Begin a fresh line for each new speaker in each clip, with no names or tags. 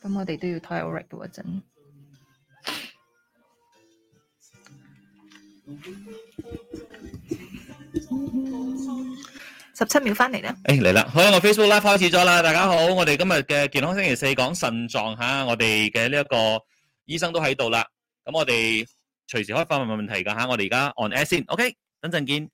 咁我哋都要睇 o r e 嗰陣。十七秒翻嚟啦，
诶嚟啦，好啦，我 Facebook Live 開始咗啦，大家好，我哋今日嘅健康星期四講腎臟吓，我哋嘅呢一個醫生都喺度啦，咁我哋隨時可以發問問題噶吓，我哋而家 on air 先，OK，等陣見。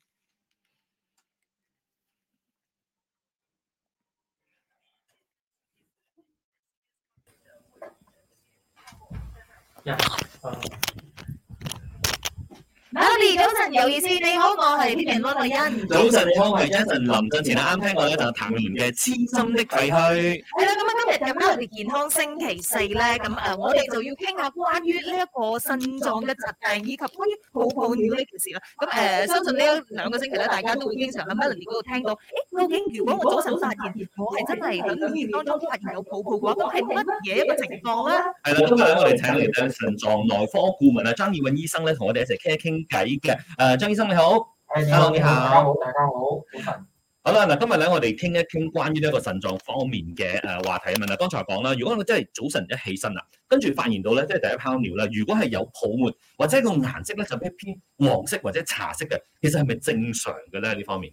Melody 早晨有意思，你好，我係 P 平温慧欣。
早晨，你好，我係 Jason 林振前啊，啱聽過咧就譚源嘅《痴心的廢墟》。
係啦，咁啊今日嘅 Melody 健康星期四咧，咁誒我哋就要傾下關於呢一個腎臟嘅疾病以及關於泡泡尿呢件事啦。咁誒、呃相信呢一兩個星期咧，大家都會經常喺 Melody 嗰度聽到，誒究竟如果我早晨發現我係真係喺血當中發現有泡泡嘅話，咁係乜嘢一個情況咧？
係啦，今啊日咧我哋請嚟嘅腎臟內科顧問啊張以韻醫生咧，同我哋一齊傾一傾偈嘅。誒、張醫生你好。
诶，哎你
Hello，
好，
你好
大家好，大家好，早晨。
好啦，嗱，今日咧，我哋傾一傾關於呢一個腎臟方面嘅誒話題啊嘛。嗱，剛才講啦，如果我真係早晨一起身啦，跟住發現到咧，即係第一泡尿咧，如果係有泡沫或者個顏色咧就偏偏黃色或者茶色嘅，其實係咪正常嘅咧？呢方面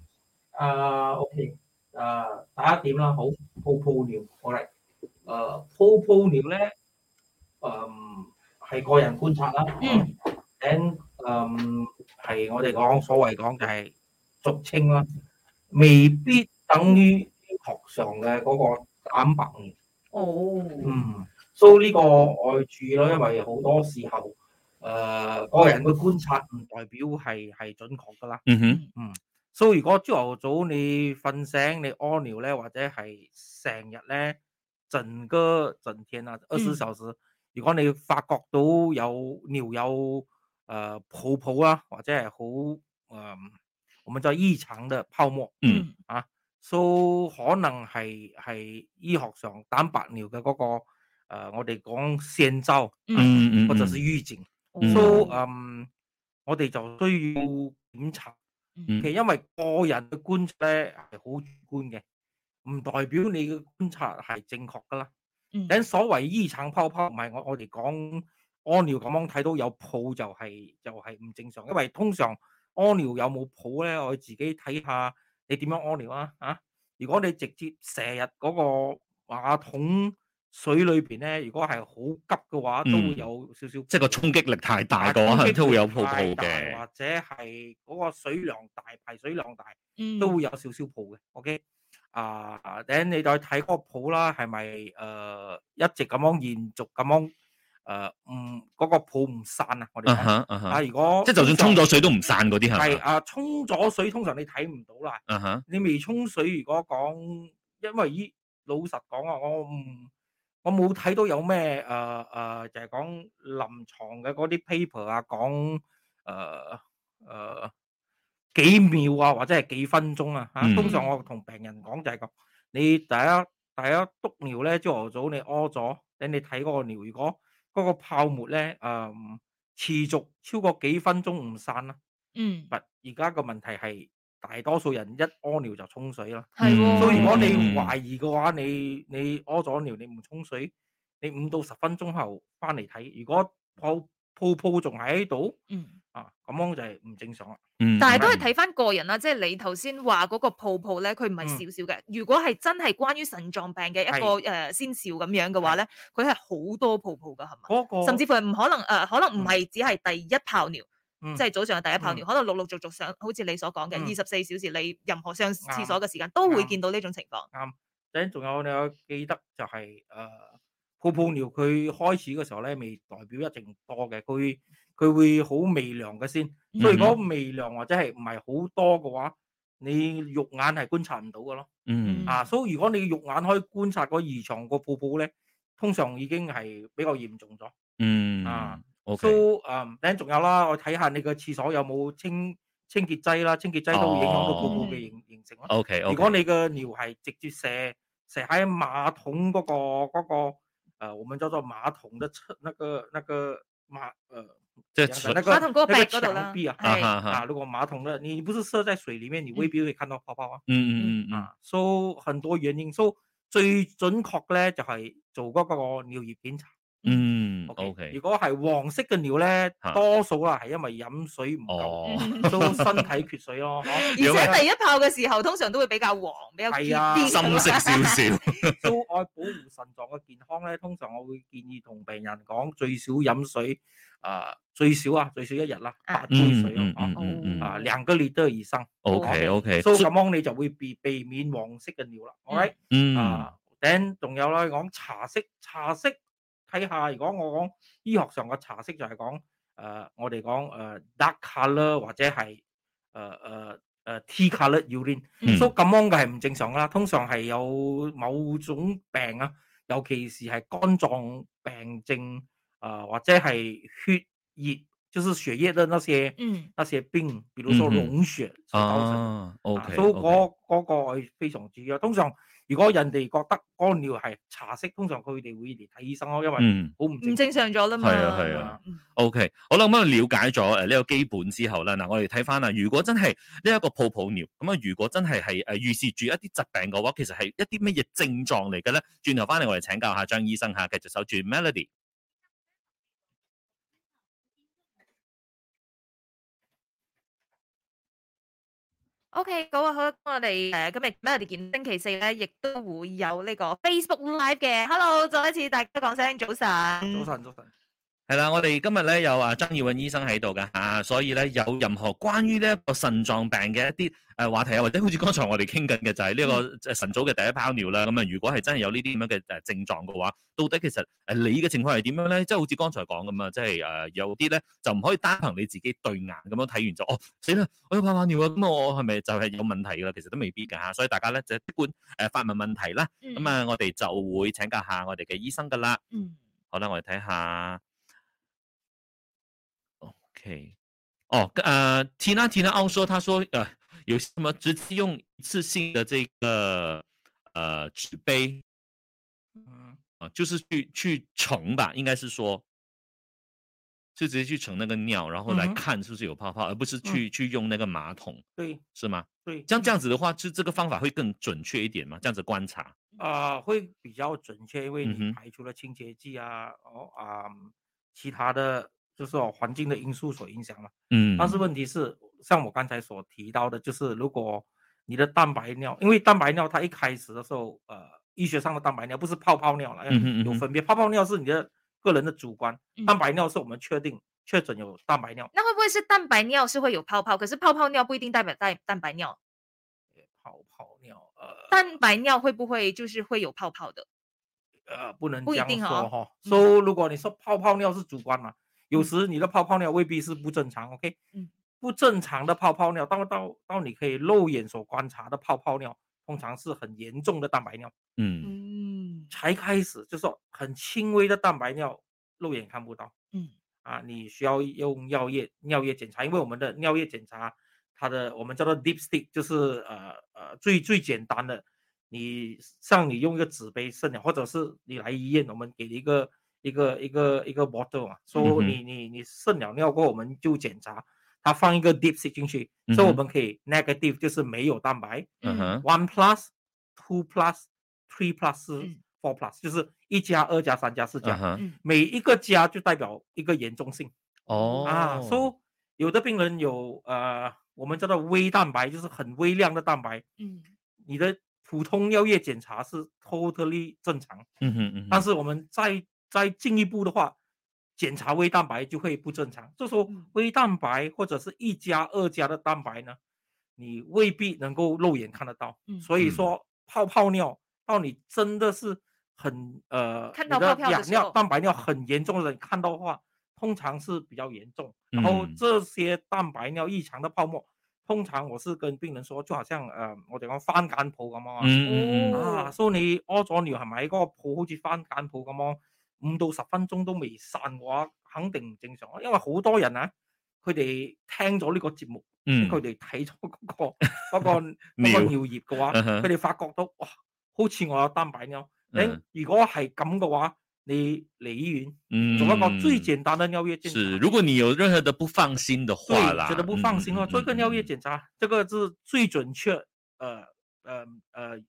诶，OK，诶，Ờ, 打一點啦，好，泡泡尿好嚟。诶，Ờ, 泡泡尿咧，嗯，係個人觀察啦。
嗯。
誒，嗯，係我哋講所謂講就係俗稱啦，未必等於學上嘅嗰個蛋白尿。
哦，
嗯，所以呢個外注咯，因為好多時候，誒、個人嘅觀察唔代表係係準確㗎啦。
嗯哼，
所以如果朝頭早你瞓醒，你屙尿咧，或者係成日咧，整個整天啊，二
嗯
十四小時，如果你發覺到有尿有誒、呃泡泡啊，或者係好誒，我們叫異常的泡沫，
嗯
啊，so 可能係係醫學上蛋白尿嘅嗰、個、呃、我哋講先兆
嗯嗯
或者是預警
嗯
，so 嗯，我哋就需要檢查。
嗯
其實因為個人嘅觀察咧係好主觀嘅，唔代表你嘅觀察係正確噶啦。
嗯
等所謂醫產泡泡，唔係我我哋講屙尿咁樣睇到有泡就係、就係、唔正常，因為通常屙尿有冇泡咧，我自己睇下你點樣屙尿啊啊！如果你直接射入嗰個馬桶水裏邊咧，如果係好急嘅話，都會
嗯
有少少
即係個
泡
衝擊力太大嘅
啊
話，可能都會有泡泡
太大
嘅。
或者係嗰個水量大，排水量大。
嗯
都會有少少泡嘅。OK，啊，等你再睇嗰個泡啦，係咪誒一直咁樣延續咁樣誒唔嗰個泡唔散啊？我哋
啊
講
哈啊哈
啊，，如果
即係就算
通
沖
常
咗水都唔散嗰啲係
係
嘛？
啊，沖咗水通常你睇唔到啦。
啊哈，
你未沖水，如果講因為依老實講啊，我唔我冇睇到有咩誒誒，就係講臨床嘅嗰啲 paper 啊，講誒誒幾秒啊，或者係幾分鐘啊嚇。
嗯
通常我同病人講就係講，你第一第一篤尿咧，朝頭早你屙咗，等你睇嗰個尿，如果嗰個泡沫咧誒、持續超過幾分鐘唔散啦。啊
嗯
但而家個問題係大多數人一屙尿就沖水啦，
係喎，
所以如果你
嗯
懷疑嘅話，你你屙咗尿你唔沖水，你五到十分鐘後翻嚟睇，如果泡泡泡仲喺度
嗯。
啊，咁樣就係唔正常啦。
嗯
但係都係
嗯
睇翻個人啦，即係你頭先話嗰個泡泡咧，佢唔係
嗯
少少嘅。如果係真係關於腎臟病嘅一個誒先兆咁樣嘅話咧，佢係好多泡泡噶，係嘛？
嗰、個
甚至乎係唔可能誒、呃可能唔
哦嗯
係只係第一泡尿，
嗯
即係早上嘅第一泡尿，可能陸陸續續上，好似你所講嘅
嗯啊
二十四小時，你任何上廁
啱
所嘅時間都會
啱
見到呢種情況。
等仲有你有記得就係、誒、泡泡尿，佢開始嘅時候咧，未代表一定多嘅，佢佢會好微量嘅先。所以如果
嗯
微量或者係唔係好多嘅話，你肉眼係觀察唔到嘅咯。
嗯
啊，所以如果你肉眼可以觀察嗰異常個泡泡咧，通常已經係比較嚴重咗。
嗯
啊
，O
So
K，
誒，等仲有啦，我睇下你個廁所有冇清清潔劑啦，清潔劑都會影響到泡
哦
泡嘅形形成啦。
O K，
如果你嘅尿係直接射射喺馬桶嗰、個嗰、個、呃我們叫做馬桶的側那個那個馬呃
即
講緊
係
那個
馬桶嗰
那
個
個
壁嗰度啦
牆壁啊，
啊
係
哈啊哈嗯
啊，如果馬桶的你不是射在水裡面，你未必會看到泡泡啊。
嗯嗯嗯嗯
啊，so 很多原因，so 最準確咧就係、做嗰個尿液檢查。
嗯
啊 OK，
，OK，
如果係黃色嘅尿咧
嚇，
多數啦係因為飲水唔夠，
哦，
都身體缺水 咯。
嗯
嗬
而
啊
如果
且第一炮嘅時候通常都會比較黃，比較
係啊
結
深
啲
色少少，
都愛保護腎臟嘅健康咧，通常我會建議同病人講最少飲水，啊、最少啊最少一日啦，八
啊
杯
嗯
水
嗯
咯，
嗯
啊
嗯嗯
啊兩個 liter 以上，
，OK OK，
所以咁樣你就會避避免黃色嘅尿啦，OK
嗯
啊，頂仲有啦，講茶色，茶色睇下，如果我講醫學上嘅茶色就係講誒我哋講誒 dark colour 或者係呃誒誒誒 tea colour urine。
嗯
所以感芒嘅係唔正常啦，通常係有某種病啊，尤其是係肝臟病症啊、或者係血液，就是血液的那些
嗯，
那些病，比如說
嗯哼
溶血所造成的。
啊，OK，
啊所以嗰嗰個係非常重要。通常如果人哋覺得肝尿係茶色，通常佢哋會嚟睇醫生咯，因為
嗯。
好唔
唔正常咗啦嘛。
係啊係
啊。
O.K. 好啦，咁啊了解咗誒呢個基本之後啦，嗱我哋睇翻啦，如果真係呢一個泡泡尿，咁啊如果真係係誒預示住一啲疾病嘅話，其實係一啲乜嘢症狀嚟嘅咧？轉頭翻嚟我哋請教下張醫生嚇，繼續守住 Melody。
OK，好啊，好啊，咁我哋誒今日 Melody 健星期四咧，亦都會有呢個 Facebook Live 嘅。Hello，再一次大家講聲早晨。
早晨早晨，
係啦，我哋今日咧有啊張耀允醫生喺度嘅嚇，所以咧有任何關於呢一個腎臟病嘅一啲誒話題啊，或者好似剛才我哋傾緊嘅就係呢個即係晨早嘅第一泡尿啦。咁啊，如果係真係有呢啲咁啊樣嘅誒症狀嘅話，到底其實誒你嘅情況係點樣咧？即係好似剛才講咁啊，即係誒有啲咧就唔可以單憑你自己對眼咁樣睇完就哦死啦，我要泡泡尿啊！咁我係咪就係有問題㗎啦？其實都未必㗎嚇，所以大家咧就即管誒發問問題啦。咁啊，我哋就會請教下我哋嘅醫生㗎啦。
嗯，
好啦，我哋睇下。OK，哦，呃，Tina Tina 奥说，他说，呃，有什么直接用一次性的这个呃纸杯
嗯
啊、就是去去盛吧，应该是说，就直接去盛那个尿，然后来
嗯哼嗯
看是不是有泡泡，而不是去、去用那个马桶，
對
是吗？
對，
像这样子的话，就这个方法会更准确一点嘛？这样子观察，
啊、会比较准确，因为
嗯哼
你排除了清洁剂啊，哦啊、其他的就是说环境的因素所影响嘛。
嗯，
但是问题是，像我刚才所提到的，就是如果你的蛋白尿，因为蛋白尿它一开始的时候，呃，医学上的蛋白尿不是泡泡尿了，
嗯哼嗯
有
哼
分别。泡泡尿是你的个人的主观，蛋
嗯
白尿是我们确定确诊有蛋白尿。
那會不會是蛋白尿是會有泡泡？可是泡泡尿不一定代表蛋蛋白尿，
泡泡尿，呃
蛋白尿會不會就是會有泡泡的？
呃，不能
不
这
一
样
定
说
哦
哈。
嗯
所、以如果你说泡泡尿是主观嘛，有时你的泡泡尿未必是不正常，OK？
嗯，
不正常的泡泡尿到到到你可以肉眼所观察的泡泡尿，通常是很严重的蛋白尿。
嗯
嗯
才开始，就是说很轻微的蛋白尿，肉眼看不到。
嗯，
啊，你需要用尿液尿液检查，因为我们的尿液检查，它的我们叫做 deep stick，就是呃呃最最简单的，你像你用一个纸杯剩了，或者是你来医院，我们给你一个一个一个一个 bottle 嘛，说、
嗯哼
你你你剩了尿过后，我们就检查，它放一个 deep stick 进去，所、
嗯
以我
哼
们可以 negative 就是没有蛋白，
嗯哼
one plus、two plus、three plus
嗯、
four plus，就是一加、二加、三加、四
嗯
加，
哼，
嗯
每一个加就代表一个严重性
哦，
啊。So 有的病人有呃，我们叫做微蛋白，就是很微量的蛋白，
嗯
你的普通尿液检查是 totally 正常，
嗯哼嗯哼，
但是我们再再进一步的话。检查微蛋白就会不正常，这时候
嗯
微蛋白或者是一加二加的蛋白呢，你未必能够肉眼看得到。
嗯
所以
嗯
说泡泡尿到你真的是很呃，
看
你
到
的
泡泡的
羊
时
尿
候
蛋白尿很严重的人看到的话，通常是比较严重。然后
嗯
这些蛋白尿异常的泡沫，通常我是跟病人说，就好像呃，我哋讲番梘泡咁啊。
嗯嗯嗯，
啊，所以你屙咗尿係咪嗰個泡好似番梘泡咁咯？五到十分鐘都未散嘅話，肯定唔正常咯。因為好多人啊，佢哋聽咗呢個節目，
嗯
佢哋睇咗嗰 個嗰、個嗰
尿
個尿液嘅話，
嗯哼
佢哋發覺到哇，好似我有蛋白尿。你、
嗯
如果係咁嘅話，你嚟醫院
嗯
做一個最簡單嘅尿液檢查。
是，如果你有任何的不放心的话
对，
啦，嗯
觉得啊不放心哦，做一个尿液
嗯嗯
检查，这个是最准确，呃呃呃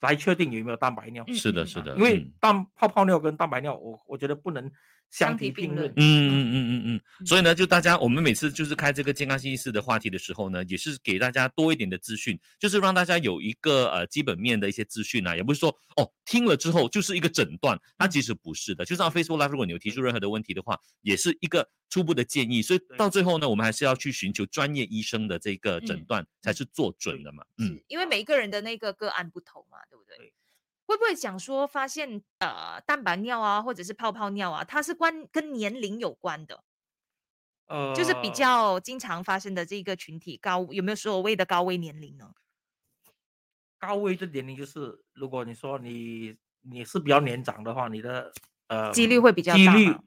来确定有没有蛋白尿。
是的，是的，
因为
嗯
蛋泡泡尿跟蛋白尿，我我觉得不能相
相
提
提并
并
论
论。
嗯嗯嗯嗯嗯，所以呢，就大家我们每次就是开这个健康信息室的话题的时候呢，也是给大家多一点的资讯，就是让大家有一个呃基本面的一些资讯啊，也不是说哦听了之后就是一个诊断，它其实不是的。就像 Facebook Live，如果你有提出任何的问题的话，也是一个初步的建议，所以到最后呢，我们还是要去寻求专业医生的这个诊
嗯
断才是做准的嘛。嗯
是因为每一个人的那个个案不同嘛，对不对？
对
会不会讲说发现呃蛋白尿啊，或者是泡泡尿啊，它是关跟年龄有关的，
呃，
就是
哦
比较经常发生的这个群体高有没有所谓的高危年龄呢？
高危的年龄，就是如果你说你你是比较年长的话，你的呃
几率会比较
几
大
率
嘛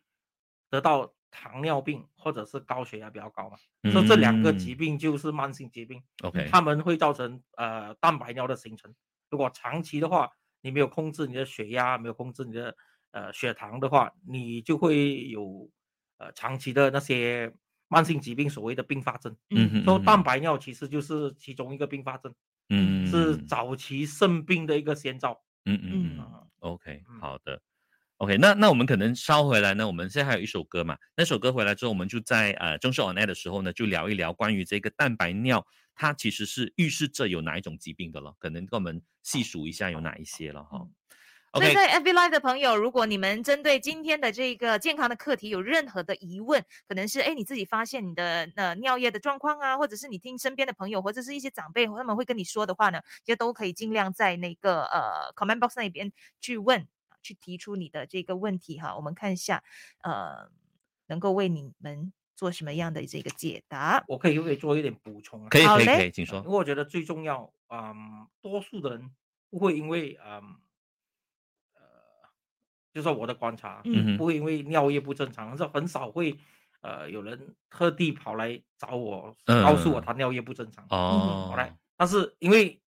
得到糖尿病或者是高血压比较高嘛。所以这两个
嗯
疾病就是慢性疾病，
，OK，
它们会造成呃蛋白尿的形成。如果长期的话，你没有控制你的血压，没有控制你的呃血糖的话，你就会有呃长期的那些慢性疾病所谓的并发症。
嗯哼
说
嗯
蛋
哼
白尿其实就是其中一个并发症，
嗯
是早期肾病的一个先兆。
嗯嗯嗯
嗯
嗯。
啊
OK，
嗯
好的。OK，那那我们可能稍回来呢，我们现在还有一首歌嘛，那首歌回来之后，我们就在呃正式 on air 的时候呢，就聊一聊关于这个蛋白尿，它其实是预示着有哪一种疾病的了，可能跟我们细数一下有哪一些了哈。
所以
OK，
在 FB Live 的朋友，如果你们针对今天的这个健康的课题有任何的疑问，可能是哎你自己发现你的呃尿液的状况啊，或者是你听身边的朋友或者是一些长辈他们会跟你说的话呢，其实都可以尽量在那个呃 comment box 那边去问，去提出你的这个问题哈。我们看一下呃能够为你们做什么样的这个解答。
我可以可以做一点补充啊？
可以
好
可以
嘞
可以，请
因为
说。
我觉得最重要，嗯，多数的人不会因为，嗯，呃，就说我的观察，
嗯
不
哼，
会因为尿液不正常，是很少会，呃，有人特地跑来找我，告诉我
嗯
他尿液不正常。
哦
好，嘞，但是因为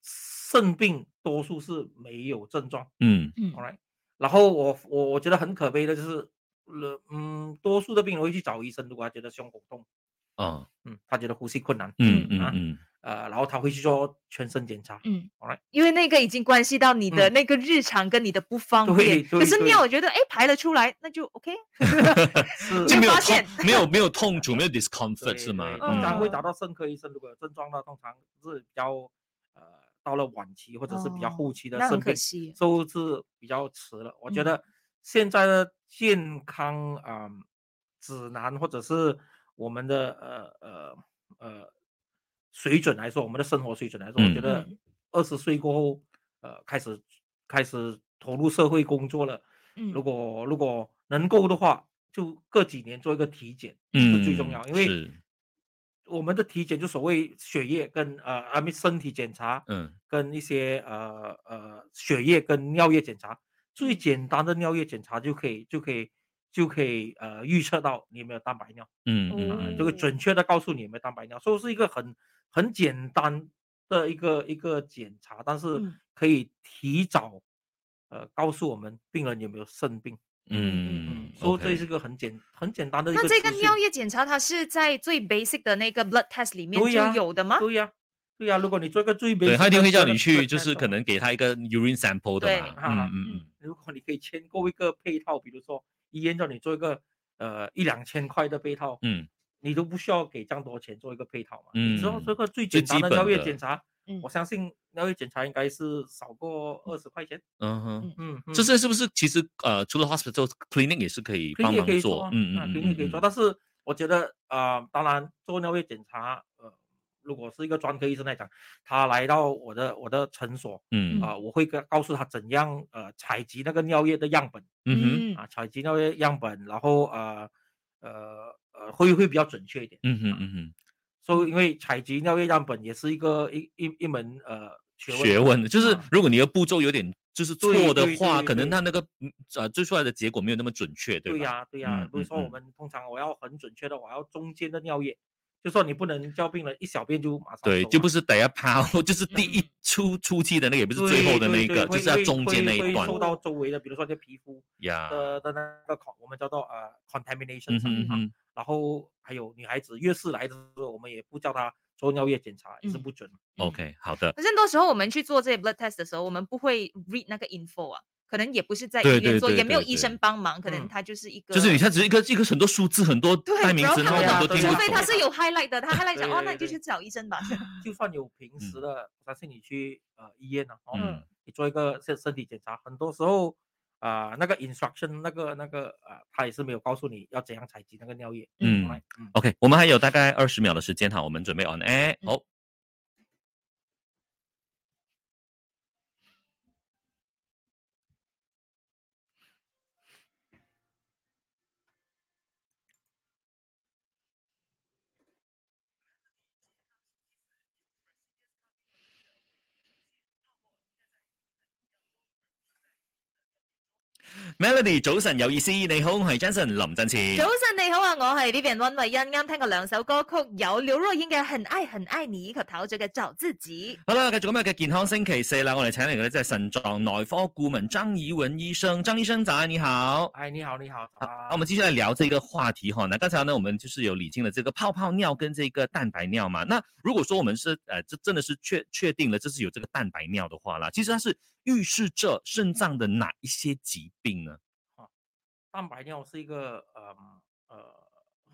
肾病多数是没有症状，
嗯
嗯
好嘞。然后我我我觉得很可悲的就是，呃嗯，多数的病人会去找医生，如果他觉得胸口痛，
哦，
嗯，他觉得呼吸困难，
嗯
嗯
嗯
啊
嗯
呃，然后他会去做全身 检查，
嗯，
好嘞
因为那个已经关系到你的
嗯
那个日常跟你的不方
对
便。可
对
是
对
尿，我觉得哎排了出来，那就 OK。
是
就
没
没有
发
痛
现，
没有没有痛楚，没有
对
discomfort 是吗
对？通
嗯
常
嗯
会找到肾科医生，如果有症状的，通常是比较呃到了晚期或者是比较后
哦
期的
那
肾
很可
病，
惜
都是比较迟了。我觉
嗯
得现在的健康啊、呃指南或者是我们的呃呃呃水准来说，我们的生活水准来说，我
嗯
觉得
嗯
二十岁过后，呃，开始开始投入社会工作了。
嗯
如果如果能够的话，就各几年做一个体检是最重
嗯
要，因为
是
我们的体检就所谓血液跟呃啊没身体检查，
嗯
跟一些呃呃血液跟尿液检查，最
嗯
简单的尿液检查就可以就可以就可以呃预测到你有没有蛋白尿，
嗯嗯
啊
嗯
就会准确的告诉你有没有蛋白尿，所以是一个很很简单的一个一个检查，但是
嗯
可以提早呃告诉我们病人有没有肾病。
嗯，
所以
OK
这是个很简很简单的一
那这个
资讯
尿液检查，它是在最 basic 的那个 blood test 里面
对
就
呀
有的吗？
对呀、对呀、如果你做一个最
对
basic
他一定会
的
叫
个
你
blood
去，就
test
是
的
可
话
能给他一个 urine sample 的嘛
对，
嗯
啊
嗯
嗯
嗯，
如果你可以签购一个配套，比如说医院叫你做一个呃一两千块的配套，
嗯，
你都不需要给这样多钱做一个配套嘛。你只要做一
嗯
个最
最
简单
基
的
本
尿液
的
检查，
嗯
我相信尿液检查应该是少过二十块钱。
嗯哼，
嗯，
这
嗯
是是不是其实呃，除了 hospital clinic 也是可以
肯
帮
定也可
忙
以做
做
啊，，
嗯
啊
嗯
肯定可以
嗯
做。
嗯，
但是我觉得啊、呃当然做尿液检查，呃，如果是一个专科医生来讲，他来到我的我的诊所
嗯
啊、我会跟告诉他怎样呃采集那个尿液的样本
嗯哼，
啊，采集尿液样本，然后呃呃呃会会比较准确一点。
嗯哼嗯
所以因为采集尿液样本也是一个一一一门呃学
哼，
问，
学问就是
啊
如果你的步骤有点就是
对
错的
对
话，
对
可能
对
他那个嗯呃最出来的结果没有那么准确，
对
吧？
呀、对呀、
嗯
比如
嗯
说我
嗯
们通常我要很准确的，我要中间的尿液，就说你不能叫病人一小便就马上
对，
走
就
啊嗯
不是第一泡，哦就是第一初初期的那个，也不是最后的那
对对
个，
对
就是在
会
中间那
会
一
会
段
受到呃周围的，比如说你的皮肤
呀，
的的那个 con- 我们叫做呃 contamination
嗯
上
哼嗯
面啊，
哼，
然后还有女孩子月事来的时候，我们也不叫她做尿液检查也是
嗯
不准。
OK，好的，
可是很多时候我们去做这些 blood test 的时候，我们不会 read 那个 info 啊，可能也不是在
对
医院
对
做，
对
也没有
对
医
对
生帮忙，可能
嗯
他就是一个
就是你看，只是一个一个很多数字，很多
对，
代名
然后
词，然后
他
我
们
们都
对
听
除
不
非
懂嗯
他。是有 highlight 的，他 highlight 讲
对
哦，
对
那你就
对
去找医生吧。
就算有平时的，我相信你去呃医院啊，哦，
嗯
你做一个身身体检查，很多时候啊、那个 instruction 那个那个啊，他也是没有告诉你要怎样采集那个尿液。
嗯
从来嗯
OK，我们还有大概二十秒的时间哈，我们准备 on air。好，Melody，早晨有意思，你好，我系 Jason 林振前。
早晨你好啊，我係 Vivian 温慧欣，啱聽過兩首歌曲，有廖若英嘅《很愛很愛你》及陶喆嘅《找自己
好啦，繼續今日嘅健康星期四啦，我哋請嚟嘅咧即係腎臟內科顧問張怡文醫生，張醫生早安，你好。
哎，你好，你好，
好，
啊
那我们继续来聊这个话题哈。那刚才呢，我们就是有理清了这个泡泡尿跟这个蛋白尿嘛。那如果说我们是呃，这真的是确确定了这是有这个蛋白尿的话啦，其实它是预示着肾脏的哪一些疾病呢？
蛋白尿是一个呃呃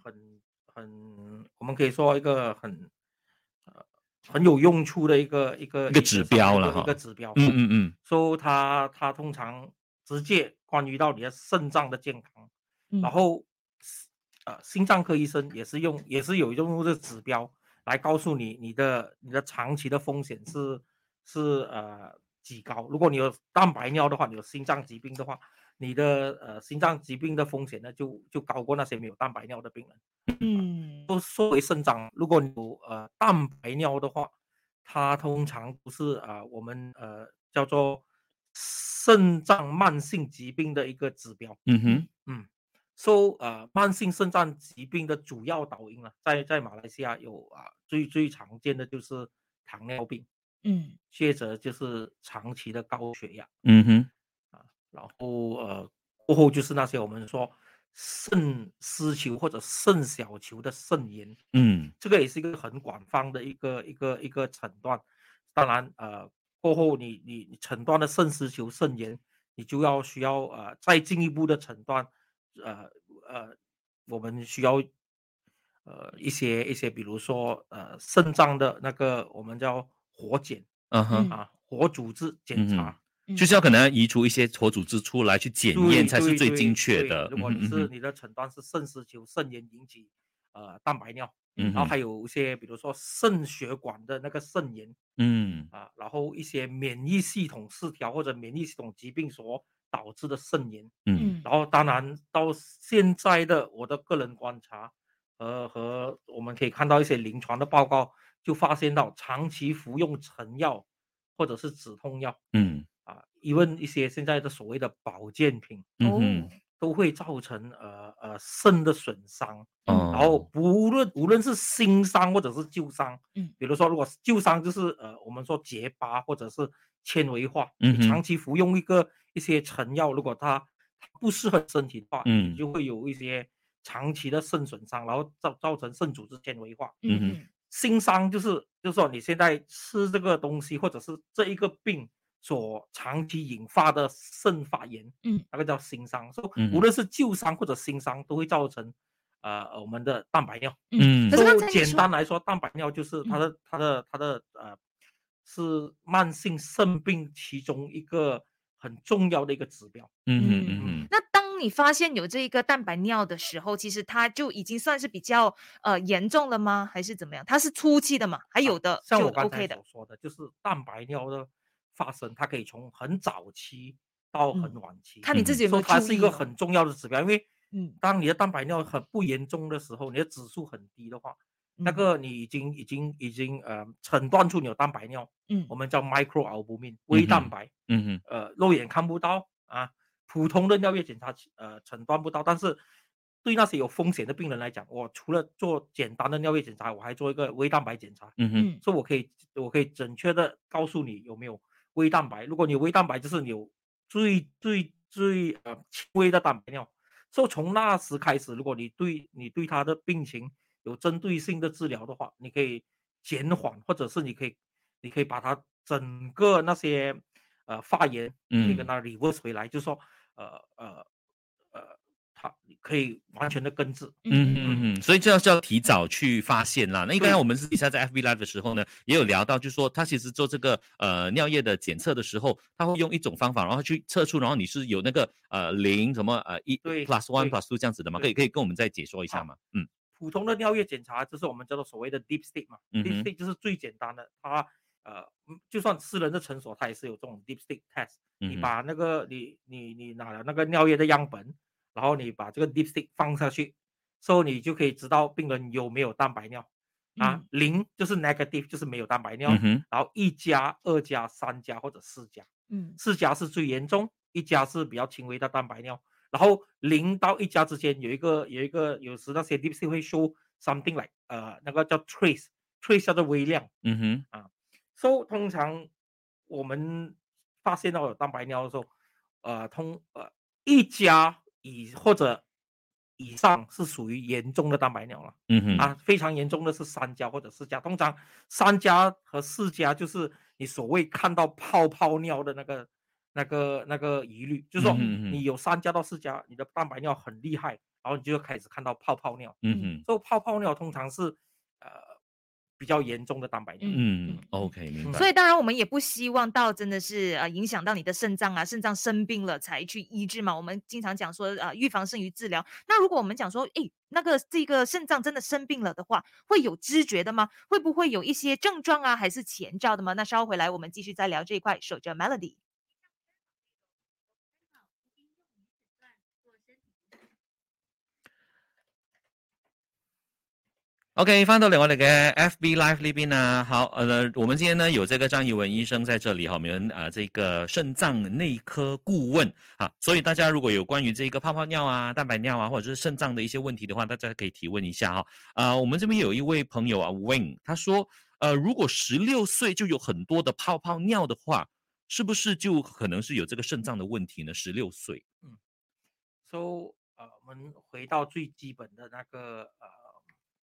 很很，我们可以说一个很呃很有用处的一个一个
一个指标了
了一
哈
个指标。
嗯嗯嗯，
所以它它通常直接关于到你的肾脏的健康，
嗯
然后呃心脏科医生也是用也是有用这指标来告诉你你的你的长期的风险是是呃几高。如果你有蛋白尿的话，你有心脏疾病的话，你的呃心脏疾病的风险呢就就高过那些没有蛋白尿的病人。
嗯
都说回肾脏，如果你有呃蛋白尿的话，它通常不是啊、呃我们呃叫做肾脏慢性疾病的一个指标。
嗯哼，
嗯，so 呃慢性肾脏疾病的主要导因啊，在在马来西亚有啊、最最常见的就是糖尿病，
嗯
接着就是长期的高血压，
嗯哼，
然后呃过后就是那些我们说肾丝球或者肾小球的肾炎。
嗯
这个也是一个很广泛的一个一个一个诊断。当然，呃，过后你你你诊断的肾丝球肾炎，你就要需要呃再进一步的诊断，呃呃，我们需要呃一些一些，比如说呃肾脏的那个我们叫活检
嗯哼，
啊，活组织检查。
嗯就是要可能要移除一些活组织出来去检验
对
才是
对
最
对
精确
对
的。
如果你
嗯哼
是你的诊断是肾丝球肾炎引起呃蛋白尿，
嗯
然后
哼
还有一些比如说肾血管的那个肾炎
嗯
啊，然后一些免疫系统失调或者免疫系统疾病所导致的肾炎，
嗯
嗯
然后当然到现在的我的个人观察和和我们可以看到一些临床的报告，就发现到长期服用成药或者是止痛药
嗯
啊，因为一些现在的所谓的保健品。
嗯哼，》。
都会造成呃呃肾的损伤，
哦
然后不论无论是新伤或者是旧伤，
嗯，
比如说如果是旧伤就是呃我们说结疤或者是纤维化，
嗯哼
你长期服用一个一些成药，如果它它不适合身体的话，
嗯
你就会有一些长期的肾损伤，然后造造成肾组织纤维化。
嗯哼
嗯
新伤就是就是说你现在吃这个东西或者是这一个病所长期引发的肾发炎，
嗯，
那个叫新伤。所以
嗯
无论是旧伤或者新伤，都会造成呃我们的蛋白尿。
嗯
可是刚
就
才你
简
说嗯
单来说，蛋白尿就是它的它的它的呃是慢性肾病其中一个很重要的一个指标。
嗯哼
嗯
嗯哼。
那当你发现有这一个蛋白尿的时候，其实它就已经算是比较呃严重了吗？还是怎么样？它是初期的嘛？还有
呃
的
啊像
就
我刚
OK
才
的
所。说的，就是蛋白尿的发生，它可以从很早期到很
嗯
晚期。
看你自己有
说
没有
它
注
是一
意
个
哦
很重要的指标，因为
嗯
当你的蛋白尿很不严重的时候，你的指数很低的话，那
嗯
个你已经已经已经呃诊断出你有蛋白尿，
嗯
我们叫 microalbumin 微
嗯哼
蛋白，
嗯哼，
呃肉眼看不到啊，普通的尿液检查呃诊断不到，但是对那些有风险的病人来讲，我除了做简单的尿液检查，我还做一个微蛋白检查，
嗯哼，
嗯
所以我可以我可以准确的告诉你有没有微蛋白。如果你有微蛋白，就是你有最最最呃轻微的蛋白尿。所以从那时开始，如果你对你对他的病情有针对性的治疗的话，你可以减缓，或者是你可以你可以把它整个那些呃发炎可以
嗯
跟它 reverse 回来，就是说呃呃呃，它可以完全的根治。
嗯嗯嗯，所以这要是要提早去发现啦。那刚才我们私底下在 FB Live 的时候呢，也有聊到，就是说他其实做这个呃尿液的检测的时候，他会用一种方法，然后去测出，然后你是有那个呃零什么呃一
对
plus one
对
plus two 这样子的嘛？可
对
以可以跟我们再解说一下
好
吗？嗯
普通的尿液检查就是我们叫做所谓的 deep state 嘛、
嗯
d e e
哼
p state 就是最简单的，它呃嗯就算私人的诊所它也是有这种 deep state test，、你
嗯哼
把那个你你你拿了那个尿液的样本，然后你把这个 deep state 放下去，之后你就可以知道病人有没有蛋白尿啊，零就是 negative 就是没有蛋白尿，
嗯哼
然后一加、二加、三加或者四加，
嗯
四加是最严重，一加是比较轻微的蛋白尿。然后零到一加之间有一个有一个，有时那些 d e e p s e 会 show something like 呃那个叫 trace，trace 叫做微量。
嗯哼
So 通常我们发现到有蛋白尿的时候，呃通呃一加以或者以上是属于严重的蛋白尿了。
嗯哼
啊，非常严重的是三家或者四家，通常三家和四家就是你所谓看到泡泡尿的那个、那个、那个疑虑，就是说
嗯哼嗯哼
你有三家到四家，你的蛋白尿很厉害，然后你就开始看到泡泡尿。
嗯哼
所以泡泡尿通常是呃比较严重的蛋白尿。
嗯
嗯
OK 明白。
所以当然我们也不希望到真的是呃影响到你的肾脏啊，肾脏生病了才去医治嘛。我们经常讲说呃预防胜于治疗。那如果我们讲说，诶，那个这个肾脏真的生病了的话，会有知觉的吗？会不会有一些症状啊，还是前兆的吗？那稍后回来我们继续再聊这一块，守着 Melody。
OK，翻到嚟我哋嘅 FB Live 呢邊啊，好，呃，我們今天呢有這個張怡文醫生在這裡哈，我們啊、呃、这個腎臟內科顧問啊，所以大家如果有關於這個泡泡尿啊、蛋白尿啊，或者是腎臟的一些問題的話，大家可以提問一下哈。啊、我們這邊有一位朋友啊，Wing，他說，呃，如果十六歲就有很多的泡泡尿的話，是不是就可能是有這個腎臟的問題呢？十六歲，
So 呃，我们回到最基本的那个呃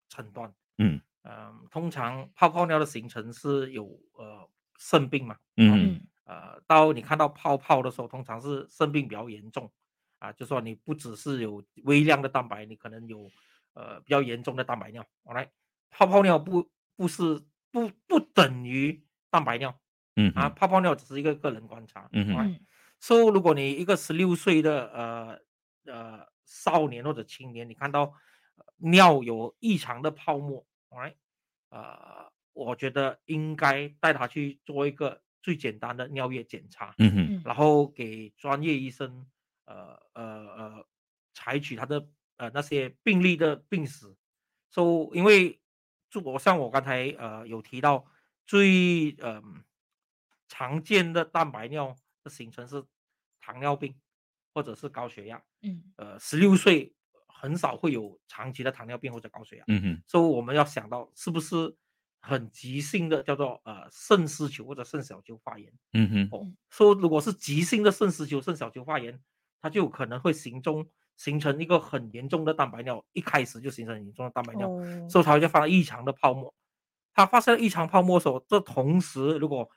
诊断，
嗯
呃，通常泡泡尿的形成是有呃肾病嘛，
嗯
呃，到你看到泡泡的时候，通常是肾病比较严重啊，就说你不只是有微量的蛋白，你可能有呃比较严重的蛋白尿。我来，泡泡尿不不是不不等于蛋白尿
嗯
啊，
哼
泡泡尿只是一个个人观察。
嗯哼
，alright
嗯
So，如果你一个十六岁的呃呃少年或者青年，你看到呃尿有异常的泡沫，right？呃，我觉得应该带他去做一个最简单的尿液检查，
嗯哼
然后给专业医生呃呃呃采取他的呃那些病例的病史。So，因为就我像我刚才呃有提到最呃常见的蛋白尿的形成是糖尿病或者是高血压。
嗯
呃，十六岁很少会有长期的糖尿病或者高血压。
嗯哼
所以我们要想到是不是很急性的叫做呃肾丝球或者肾小球发炎。
嗯哼
哦
嗯，
说如果是急性的肾丝球、肾小球发炎，它就有可能会形中形成一个很严重的蛋白尿，一开始就形成很严重的蛋白尿，
哦
所以它就发生异常的泡沫。它发生异常泡沫的时候，这同时如果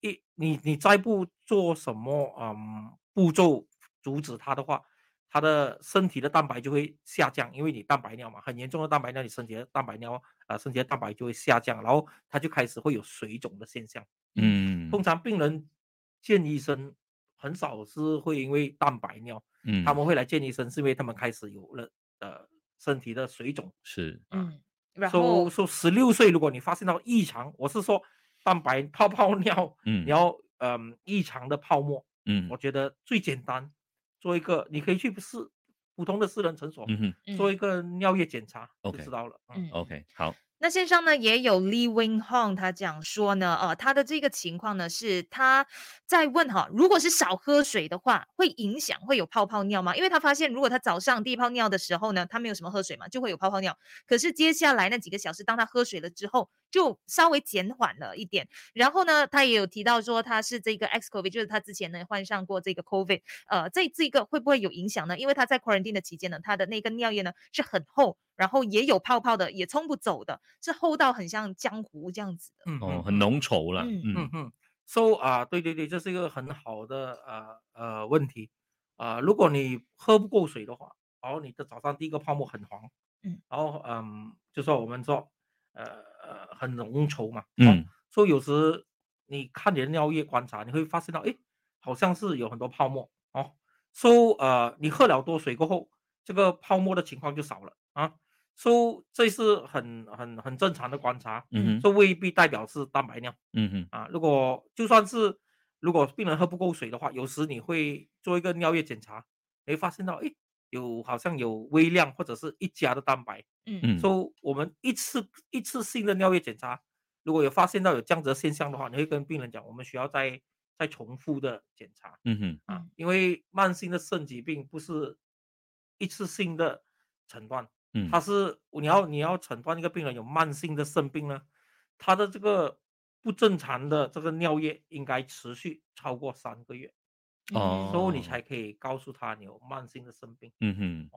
一你你再不做什么嗯步骤阻止它的话，它的身体的蛋白就会下降，因为你蛋白尿嘛，很严重的蛋白尿，你身体的蛋白尿呃身体的蛋白就会下降，然后它就开始会有水肿的现象。
嗯
通常病人见医生很少是会因为蛋白尿，
嗯，
他们会来见医生是因为他们开始有了呃身体的水肿。
是
嗯，然
说
后
说十六岁，如果你发现到异常，我是说蛋白泡泡尿，
嗯
你要嗯、异常的泡沫，
嗯
我觉得最简单做一个，你可以去私普通的私人诊所、
嗯哼
做一个尿液检查就
OK
知道了。
嗯
OK 好。
那线上呢也有 Lee Wing Hong，他讲说呢，呃，他的这个情况呢是他在问哈，如果是少喝水的话，会影响会有泡泡尿吗？因为他发现如果他早上第一泡尿的时候呢，他没有什么喝水嘛，就会有泡泡尿。可是接下来那几个小时，当他喝水了之后，就稍微减缓了一点。然后呢，他也有提到说他是这个 X COVID，就是他之前呢患上过这个 COVID，呃，这这个会不会有影响呢？因为他在 quarantine 的期间呢，他的那根尿液呢是很厚，然后也有泡泡的，也冲不走的，是厚到很像浆糊这样子的。
嗯
哦，很浓稠了，
嗯
嗯
嗯，
嗯，so 啊，对对对，这是一个很好的呃呃问题啊、如果你喝不够水的话，然后你的早上第一个泡沫很黄，
嗯，
然后嗯，就说我们说呃呃很浓稠嘛，哦
嗯，
所以有时你看你的尿液观察，你会发现到，哎，好像是有很多泡沫哦。so, 呃，你喝了多水过后，这个泡沫的情况就少了啊。so, 这是很很很正常的观察，
嗯哼，
这未必代表是蛋白尿
嗯哼，
啊。如果就算是如果病人喝不够水的话，有时你会做一个尿液检查，你会发现到，哎，有好像有微量或者是一家的蛋白。
嗯
嗯，
所以我们一次一次性的尿液检查，如果有发现到有这样子的现象的话，你会跟病人讲，我们需要再再重复的检查
嗯哼，
啊
嗯，
因为慢性的肾疾病不是一次性的诊断，
嗯，
它是你要你要诊断一个病人有慢性的肾病呢，他的这个不正常的这个尿液应该持续超过三个月，
哦
所以你才可以告诉他你有慢性的肾病。
嗯哼，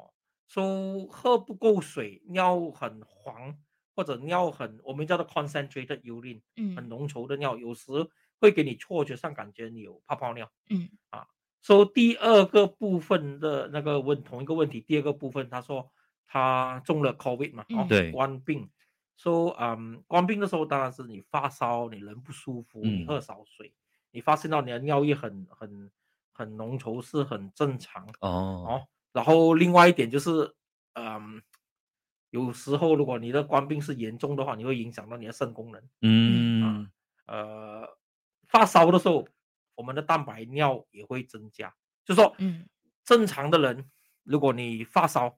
说喝不够水，尿很黄或者尿很我们叫做 concentrated urine，
嗯
很浓稠的尿，有时会给你错觉上感觉你有泡泡尿。
嗯
啊，说、第二个部分的那个问同一个问题，第二个部分他说他中了 COVID 嘛，哦
嗯，
对
冠病。说、嗯，冠病的时候当然是你发烧，你人不舒服，你
嗯
喝少水，你发现到你的尿液很很很浓稠是很正常。
哦，
哦，然后另外一点就是，嗯，有时候如果你的冠病是严重的话，你会影响到你的肾功能。
嗯，
呃，发烧的时候，我们的蛋白尿也会增加。就说，
嗯，
正常的人，如果你发烧，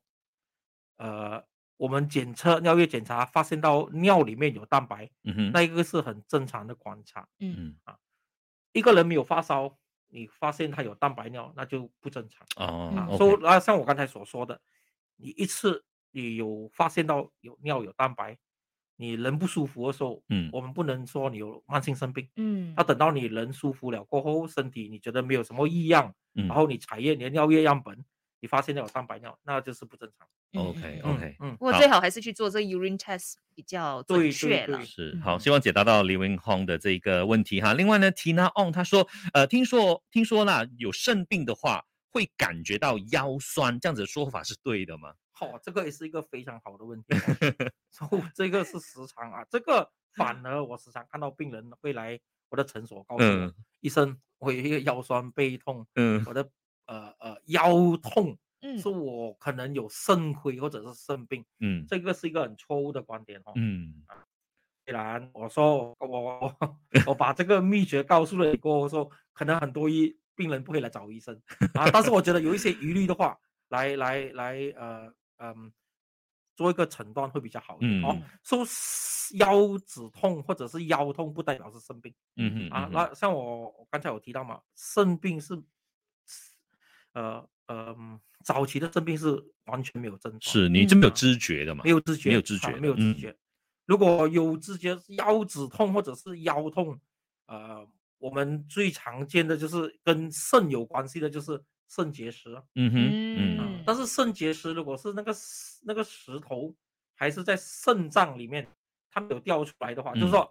呃，我们检测尿液检查发现到尿里面有蛋白，
嗯哼，
那一个是很正常的观察。
嗯，
一个人没有发烧，你发现他有蛋白尿，那就不正常。啊，
哦，
所以那像我刚才所说的，你一次你有发现到有尿有蛋白，你人不舒服的时候，
嗯
我们不能说你有慢性生病，
嗯
要等到你人舒服了过后，身体你觉得没有什么异样，
嗯
然后你采验你的尿液样本，你发现到有蛋白尿，那就是不正常。
，OK
嗯
OK，
嗯，
不过
好
最好还是去做这 urine test 比较准
对
确
对
了
对。
是
嗯
好，希望解答到林文康的这一个问题哈。另外呢，Tina On 他说，呃，听说听说啦，有肾病的话会感觉到腰酸，这样子的说法是对的吗？
好、这个也是一个非常好的问题啊。 所以这个是时常啊，这个反而我时常看到病人会来我的诊所告诉我，
嗯
医生，我有一个腰酸背痛。
嗯
我的呃呃腰痛，
嗯
是我可能有肾亏或者是肾病，
嗯
这个是一个很错误的观点哦。
嗯
虽然我说我我 我我把这个秘诀告诉了你过后说，可能很多医病人不会来找医生啊，但是我觉得有一些疑虑的话，来来来呃嗯。做一个诊断会比较好一点、哦
嗯。
说、腰止痛或者是腰痛，不代表是生病。
嗯嗯
啊，
嗯
那像我我刚才有提到嘛，肾病是，呃呃，嗯早期的肾病是完全没有症状，
是你这么有
嗯
知觉的嘛
没？有知觉，
有知
啊
觉
没有
的
知
嗯
觉。如果有知觉腰止痛或者是腰痛，呃，我们最常见的就是跟肾有关系的，就是肾结石啊。
嗯哼
啊
嗯
嗯
但是肾结石如果是那个石那个石头还是在肾脏里面，它没有掉出来的话，就
嗯
是说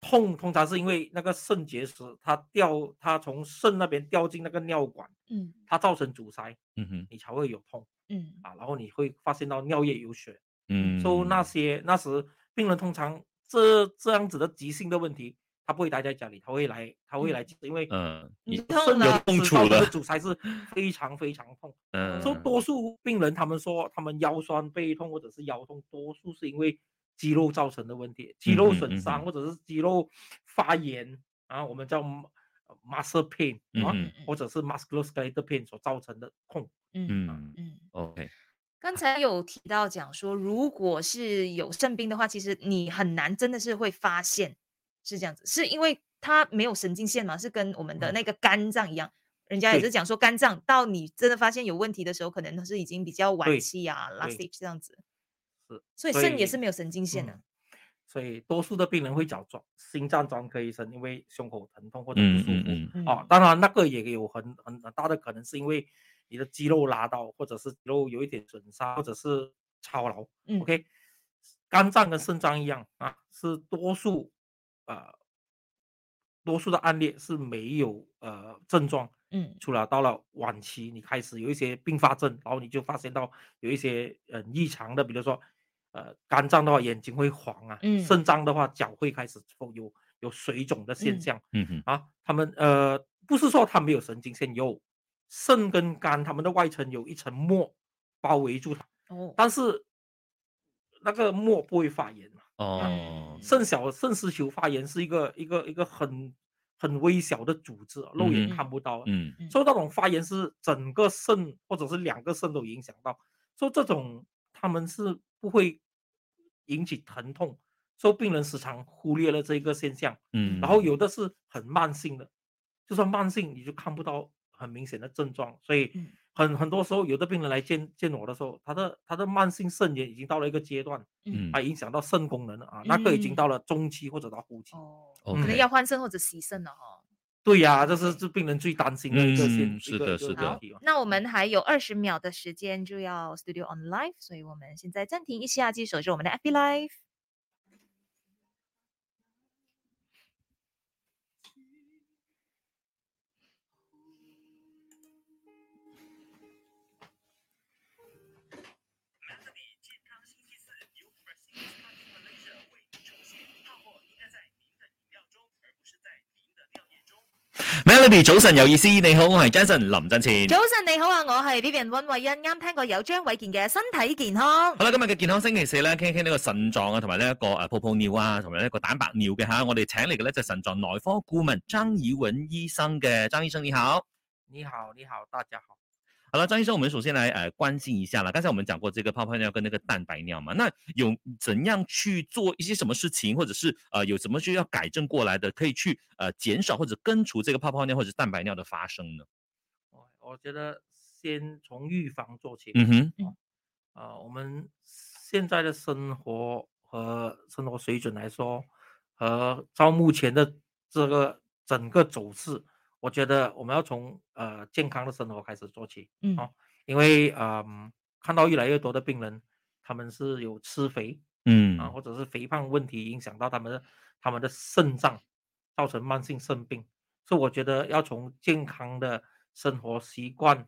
痛通常是因为那个肾结石它掉，它从肾那边掉进那个尿管，
嗯
它造成阻塞，
嗯哼
你才会有痛
嗯
啊。然后你会发现到尿液有血，
嗯，
所以那些那时病人通常这这样子的急性的问题，他不会待在家里，他会来他会来，因为
嗯
你
也
痛
肾有
了
痛
知
楚
道这个啊
了
阻塞是非常非常痛。
嗯
说多数病人他们说他们腰酸背痛或者是腰痛，多数是因为肌肉造成的问题，肌
嗯
肉
哼
损
嗯
伤
哼
或者是肌肉发炎啊，我们叫 mu- muscle pain 啊，
嗯
嗯
或者是 musculoskeletal pain 所造成的痛。啊
嗯
嗯。
OK
刚才有提到讲说，如果是有肾病的话，其实你很难真的是会发现，是这样子，是因为它没有神经线嘛，是跟我们的
嗯
那个肝脏一样。人家也
对
是讲说，肝脏到你真的发现有问题的时候，可能是已经比较晚
对
期啊、last
对
stage 这样子，
是，
所以
所
肾也
以
是没有神经线的
嗯。所以多数的病人会找专心脏专科医生，因为胸口疼痛或者不
嗯
舒服。
嗯嗯，
哦，当然那个也有很很很大的可能是因为你的肌肉拉到，或者是肌肉有一点损伤，或者是操劳。
嗯
OK，肝脏跟肾脏一样啊，是多数呃多数的案例是没有呃症状，
嗯
除了到了晚期你开始有一些并发症，然后你就发现到有一些呃异常的，比如说呃肝脏的话眼睛会黄啊，
嗯
肾脏的话脚会开始有有水肿的现
嗯
象。
嗯嗯
啊，他们呃不是说他没有神经线，有肾跟肝，他们的外层有一层膜包围住它，
哦，
但是那个膜不会发炎嘛。
哦，
嗯
肾小肾丝球发炎是一个一个一个很很微小的组织，啊肉眼
嗯
看不到的，
嗯
嗯
所以那种发炎是整个肾或者是两个肾都影响到，所以这种他们是不会引起疼痛，所以病人时常忽略了这个现象。
嗯，
然后有的是很慢性的，就算慢性你就看不到很明显的症状，所以
嗯
很很多时候有的病人来见见我的时候，他的他的慢性肾炎已经到了一个阶段，
嗯
啊，影响到肾功能了啊，那个已
嗯
经到了中期或者到后期。
哦，
嗯 OK
嗯
可能要换肾或者洗肾了哈。
对呀、这是这病人最担心的一个现、
嗯是
一个
的
一个
是的
问题嘛哦
那我们还有二十秒的时间就要 Studio on Live，所以我们现在暂停一下，继续守着我们的 Happy Life。
Melody 早晨有意思，你好，我係 Jason 林振前。
早晨你好啊，我系 Vivian 温慧欣，啱聽過有張偉健嘅身體健康。
好啦，今日嘅健康星期四咧，傾一傾呢個腎臟啊，同埋呢一個誒泡泡尿啊，同埋呢一個蛋白尿嘅嚇。我哋請嚟嘅咧就係腎臟內科顧問張以文醫生嘅，張醫生你好。
你好，你好，大家好。
好了，张醫生，我們首先來呃關心一下啦。剛才我們講過這個泡泡尿跟那個蛋白尿嘛，那有怎樣去做一些什麼事情，或者是呃有什麼需要改正過來的，可以去呃減少或者根除這個泡泡尿或者蛋白尿的發生呢？
我哦我觉得先从预防做起。
嗯哼，
啊，我们现在的生活和生活水准来说，和到目前的这个整个走势，我觉得我们要从呃健康的生活开始做起，
嗯
好因为嗯、看到越来越多的病人，他们是有吃肥
嗯
啊，或者是肥胖问题影响到他们的他们的肾脏，造成慢性肾病，所以我觉得要从健康的生活习惯。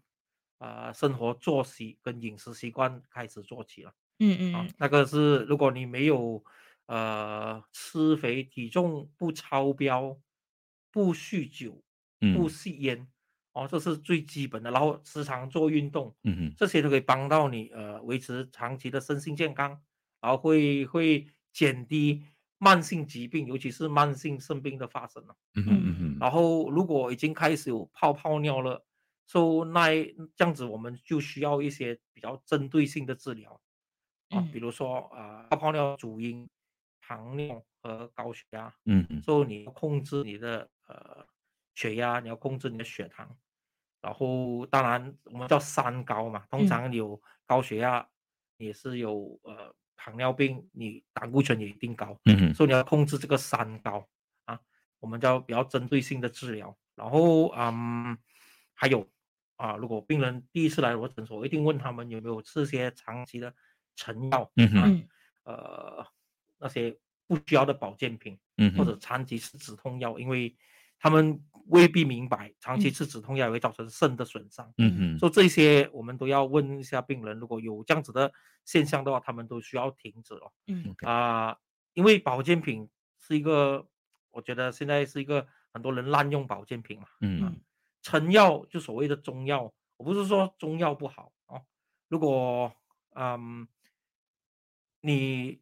啊、生活作息跟饮食习惯开始做起了。
嗯嗯
啊
嗯，
那个是如果你没有呃吃肥、体重不超标、不酗酒、不
嗯
吸烟，哦，这是最基本的。然后时常做运动，
嗯哼
这些都可以帮到你呃维持长期的身心健康，然后会会减低慢性疾病，尤其是慢性肾病的发生了。
嗯哼嗯哼
然后如果已经开始有泡泡尿了，so, 那一这样子我们就需要一些比较针对性的治疗啊，比
嗯
如说啊、呃泡泡尿主因糖尿和高血压，
嗯哼
所以你要控制你的呃血压，你要控制你的血糖，然后当然我们叫三高嘛，通
嗯
常你有高血压，你也是有呃糖尿病，你胆固醇也一定高，
嗯哼
所以你要控制这个三高啊，我们叫比较针对性的治疗。然后嗯，还有啊，如果病人第一次来我诊所，我一定问他们有没有吃些长期的成药，
嗯哼
嗯
呃，那些不需要的保健品。
嗯
或
哼
者长期吃止痛药，因为他们未必明白长期
嗯
吃止痛药也会造成肾的损伤。
嗯哼
所以这些我们都要问一下病人，如果有这样子的现象的话，他们都需要停止哦。
嗯
OK
啊、因为保健品是一个，我觉得现在是一个很多人滥用保健品嘛。
嗯
嗯
成药就所谓的中药，我不是说中药不好哦。如果嗯，你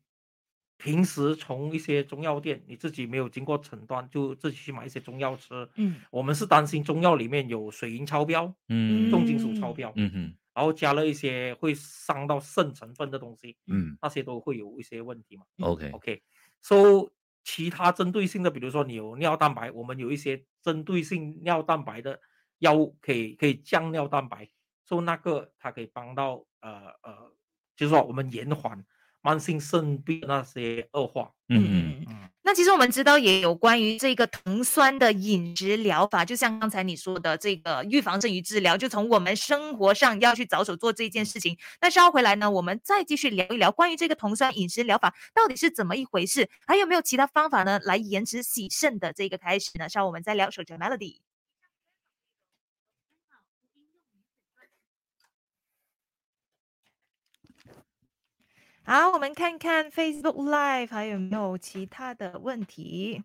平时从一些中药店，你自己没有经过诊断，就自己去买一些中药吃，
嗯
我们是担心中药里面有水银超标、
嗯
重金属超标，
嗯哼
然后加了一些会伤到肾成分的东西，
嗯
那些都会有一些问题嘛。
OK
OK，so 其他针对性的，比如说你有尿蛋白，我们有一些针对性尿蛋白的药物可以可以降尿蛋白，so 那个它可以帮到呃呃，就是说我们延缓慢性肾病那些恶化。
嗯，
嗯
嗯，
那其实我们知道也有关于这个酮酸的饮食疗法，就像刚才你说的这个预防胜于治疗，就从我们生活上要去着手做这件事情。那稍回来呢，我们再继续聊一聊关于这个酮酸饮食疗法到底是怎么一回事，还有没有其他方法呢来延迟洗肾的这个开始呢？稍后我们再聊。守着 Melody。好，我们看看 Facebook Live 还有没有其他的问题。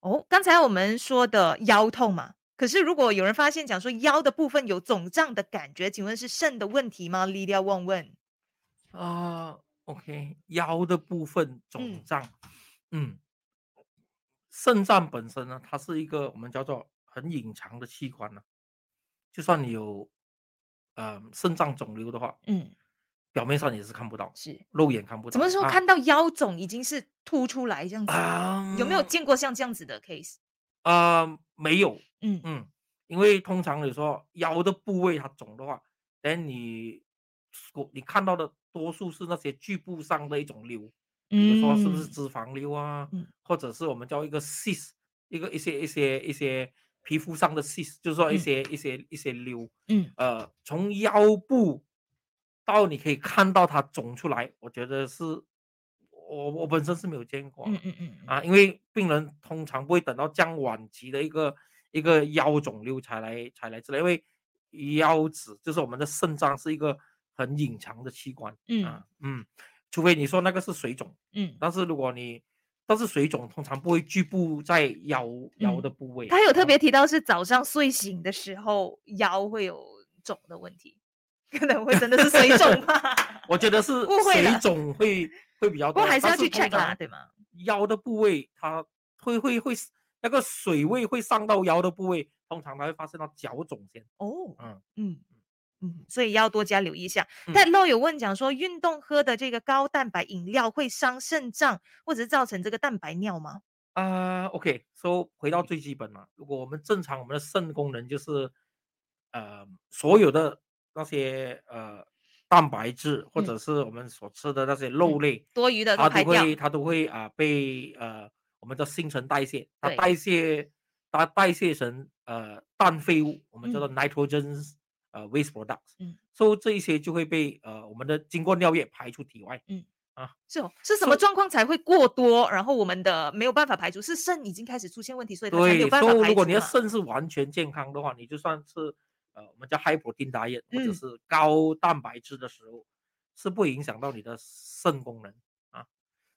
哦，刚才我们说的腰痛嘛，可是如果有人发现讲说腰的部分有肿胀的感觉，请问是肾的问题吗？Lydia 问问。
啊，OK，腰的部分
嗯
肿胀，嗯肾脏本身呢，它是一个我们叫做很隐藏的器官呢、就算你有呃肾脏肿瘤的话，
嗯，
表面上也是看不到，
是。
肉眼看不到。
怎么说
啊
看到腰肿已经是凸出来这样子？
啊？
有没有见过像这样子的 case？
啊、没有，
嗯
嗯，因为通常你说腰的部位它肿的话，等你所你看到的多数是那些局部上的一种瘤，比如说是不是
嗯
脂肪瘤啊，
嗯
或者是我们叫一个 cyst，一个一些一些一些皮肤上的 cyst，就是说一
嗯
些、一些一些瘤，
嗯，
呃，从腰部到你可以看到它肿出来，我觉得是我我本身是没有见过的，
嗯嗯嗯嗯
啊，因为病人通常不会等到这样晚期的一个一个腰肿瘤才来才来治疗，因为腰子就是我们的肾脏是一个很隐藏的器官
嗯
啊，嗯，除非你说那个是水肿，
嗯，
但是如果你但是水肿通常不会局部在腰腰
嗯
的部位啊，
他有
啊
特别提到是早上睡醒的时候腰会有肿的问题，可能会真的是水肿吧
。我觉得是
误会
水
了
肿会会比较
不过
多，
还是
但
要去
通
check 啦，
常
对吗？
腰的部位它会会会那个水位会上到腰的部位，通常它会发生到脚肿先。
哦，
嗯
嗯嗯，所以要多加留意一下。
嗯
但漏有问讲说，运动喝的这个高蛋白饮料会伤肾脏，或者是造成这个蛋白尿吗？
啊、o k 所、以回到最基本嘛，如果我们正常我们的肾功能就是，呃，所有的那些呃蛋白质或
嗯
者是我们所吃的那些肉
嗯
类，
多余的
它
都
都
排掉。
啊会它都会啊、被呃我们的新陈代谢，它
对
代谢它代谢成呃氮废物，我们叫做 nitrogen、呃 waste products，
嗯，
所、以这一些就会被呃我们的经过尿液排出体外。
是哦，是什么状况才会过多？然后我们的没有办法排除，是肾已经开始出现问题，所以它才没有
对，
办法
所以
排除
如
啊
果你的
嘛
肾是完全健康的话，你就算是呃我们叫 high protein diet 或者
嗯
是高蛋白质的食物，是不会影响到你的肾功能啊。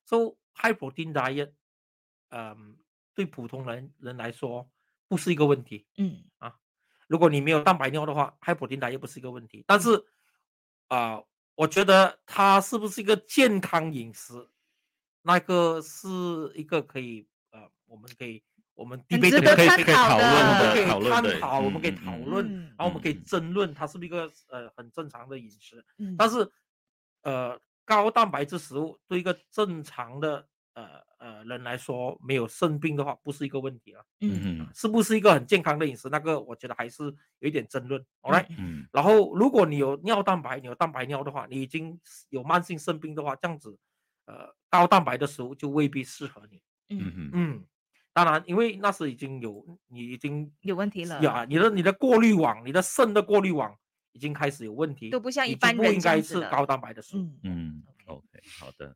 So high protein diet，嗯、对普通人人来说不是一个问题。
嗯
如果你没有蛋白尿的话，high protein diet 不是一个问题。
嗯
但是啊、我觉得它是不是一个健康饮食，那个是一个可以呃，我们可以我们
很
debate
值
的
得
可以
探
可以
讨
讨论的
我
的。
讨
们可以
论的
探讨，我们可以
嗯嗯
讨
嗯
论，
嗯
然后我们可以
嗯嗯
争论它是不是一个呃很正常的饮食。
嗯
但是呃，高蛋白质食物对一个正常的呃呃人来说，没有肾病的话，不是一个问题啊。
嗯
嗯
是不是一个很健康的饮食？那个我觉得还是有一点争论。好嘞，
嗯
然后如果你有尿蛋白，你有蛋白尿的话，你已经是有慢性肾病的话，这样子，呃，高蛋白的食物就未必适合你。
嗯，
嗯嗯
嗯，当然，因为那时已经有你已经
有问题了。
呀，你的你的过滤网，你的肾的过滤网已经开始有问题，
都不像一
你就
般
不
人
应
这样
该
子
吃
了
高哦蛋白的食物。
嗯，
嗯
OK
，OK，好的。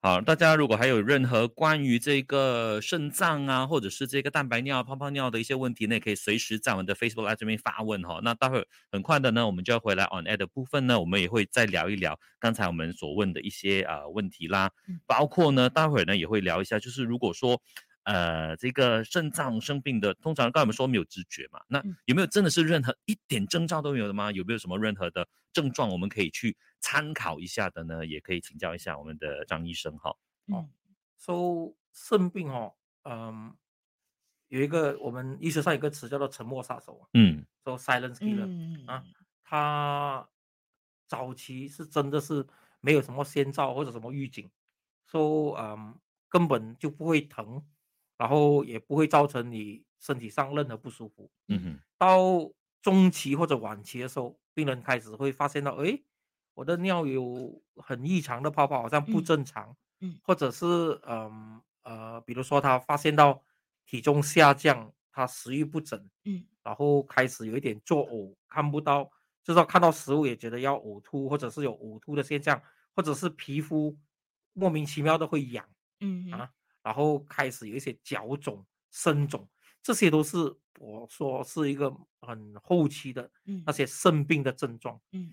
好，大家如果还有任何关于这个肾脏啊，或者是这个蛋白尿、泡泡尿的一些问题呢，也可以随时在我们的 Facebook Live 这边发问哈、那待会儿很快的呢，我们就要回来 on air 的部分呢，我们也会再聊一聊刚才我们所问的一些呃问题啦
嗯，
包括呢，待会儿呢也会聊一下，就是如果说呃这个肾脏生病的，通常刚才我们说没有知觉嘛，那
嗯
有没有真的是任何一点征兆都没有的吗？有没有什么任何的症状我们可以去参考一下的呢？也可以请教一下我们的张医生哈。
嗯
so 肾病哦，嗯，有一个我们医学上有一个词叫做沉默杀手啊
嗯
，so silence killer，、
嗯
啊它早期是真的是没有什么先兆或者什么预警，so 嗯，根本就不会疼，然后也不会造成你身体上任何不舒服。
嗯哼
到中期或者晚期的时候，病人开始会发现到，诶，我的尿有很异常的泡泡，好像不
嗯
正常，
嗯
或者是嗯呃比如说他发现到体重下降，他食欲不振，
嗯，
然后开始有一点作呕，看不到，就是说看到食物也觉得要呕吐，或者是有呕吐的现象，或者是皮肤莫名其妙的会痒，
嗯哼
啊然后开始有一些脚肿、身肿，这些都是我说是一个很后期的
嗯
那些肾病的症状。
嗯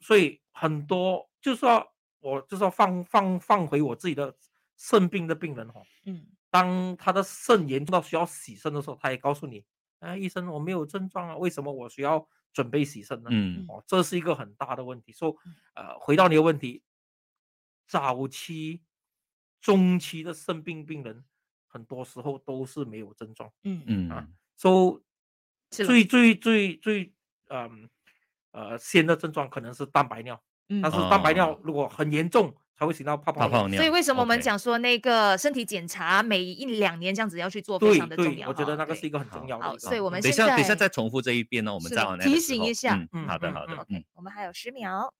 所以很多就是说，我就是说放放放回我自己的肾病的病人哦，
嗯
当他的肾严重到需要洗肾的时候，他也告诉你，啊，医生我没有症状啊，为什么我需要准备洗肾呢？
嗯
哦，这是一个很大的问题。所、以，
嗯
呃，回到你的问题，早期、中期的肾病病人，很多时候都是没有症状。
嗯嗯
嗯
啊，so
是
最最最最，嗯呃，先的症状可能是蛋白尿，
嗯
但是蛋白尿
哦
如果很严重，才会形到泡
泡
泡
泡尿。
所以为什么我们
OK
讲说那个身体检查每一两年这样子要去做，非
对
常的重
对，
要哈。
我觉得那个是
对
一个很重要的
好
一个。
所以我们
等一
现
下，等一下
在
再重复这一遍呢，我们
是
再
的
on air
提
的时
醒
候
一下
嗯，
嗯
好的，
嗯
好的
嗯，
嗯
OK，。我们还有十秒。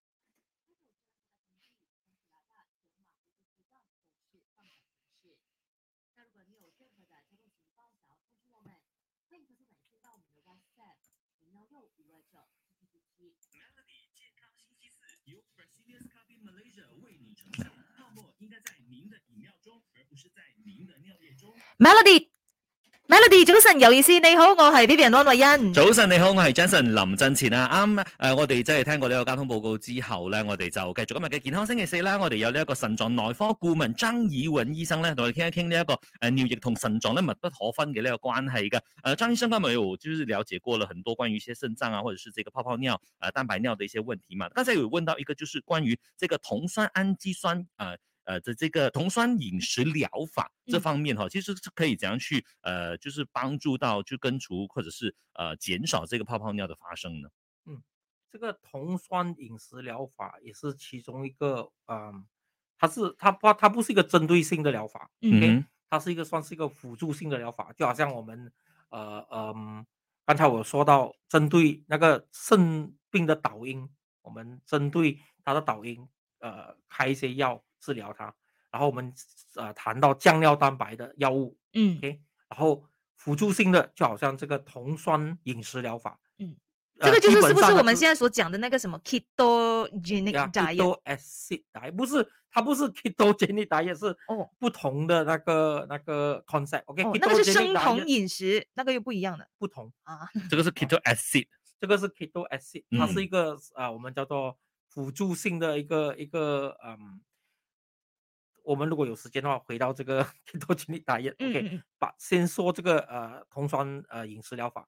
Melody，Melody，早晨有意思，你好，我係 Vivian 安慧欣。
早晨，你好，我系 Jason 林振前啊。啱誒、呃我哋即係聽過呢個交通報告之後咧，我哋就繼續今日嘅健康星期四啦。我哋有呢一個腎臟內科呃顧問張以允醫生咧，同我哋傾一傾呢一個誒尿液同腎臟咧密不可分嘅呢個關係嘅。誒、呃，張醫生剛才有就是了解過了很多關於一些腎臟啊，或者是這個泡泡尿、呃蛋白尿的一些問題嘛。剛才有問到一個就是關於這個酮酸氨基酸呃呃的这个酮酸饮食疗法这
嗯
方面哈，其实是可以怎样去呃，就是帮助到去根除或者是呃减少这个泡泡尿的发生呢？
这个酮酸饮食疗法也是其中一个，嗯，它是它不它不是一个针对性的疗法，
嗯
嗯
它是一个算是一个辅助性的疗法，就好像我们呃嗯，刚才我说到针对那个肾病的导因，我们针对它的导因，呃，开一些药治疗它，然后我们呃谈到降尿蛋白的药物
嗯
，OK，然后辅助性的就好像这个酮酸饮食疗法，
嗯
呃，
这个就
基
是
本
是不
上
是
它
我们现在所讲的那个什么 ketogenic
呀
diet？哦
，keto 啊 acid diet 不是，它不是 ketogenic diet，是
哦
不同的那个那个 concept。OK，
哦，那个是
ketogenic
生酮
diet
饮食，那个又不一样的
不同，
啊。
哼，这个是 keto acid，
这个是 keto acid，它是
嗯
一个啊、我们叫做辅助性的一个一个嗯。我们如果有时间的话，回到这个 ketogenic diet，OK，、
嗯嗯嗯
把先说这个呃酮酸呃饮食疗法，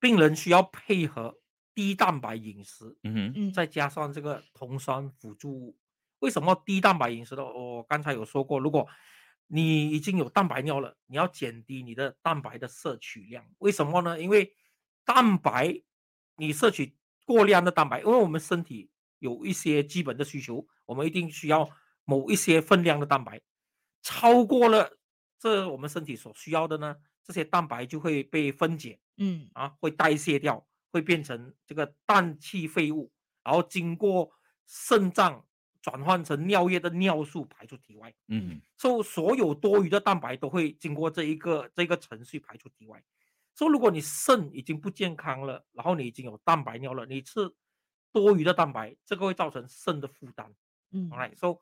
病人需要配合低蛋白饮食，
嗯哼，
嗯，
再加上这个酮酸辅助物。为什么低蛋白饮食呢？我刚才有说过，如果你已经有蛋白尿了，你要减低你的蛋白的摄取量。为什么呢？因为蛋白你摄取过量的蛋白，因为我们身体有一些基本的需求，我们一定需要某一些分量的蛋白，超过了这我们身体所需要的呢，这些蛋白就会被分解，
嗯
啊，会代谢掉，会变成这个氮气废物，然后经过肾脏转换成尿液的尿素排出体外。
嗯哼，
所以所有多余的蛋白都会经过这一个这个程序排出体外。所以如果你肾已经不健康了，然后你已经有蛋白尿了，你吃多余的蛋白，这个会造成肾的负担。
嗯
a l right，so,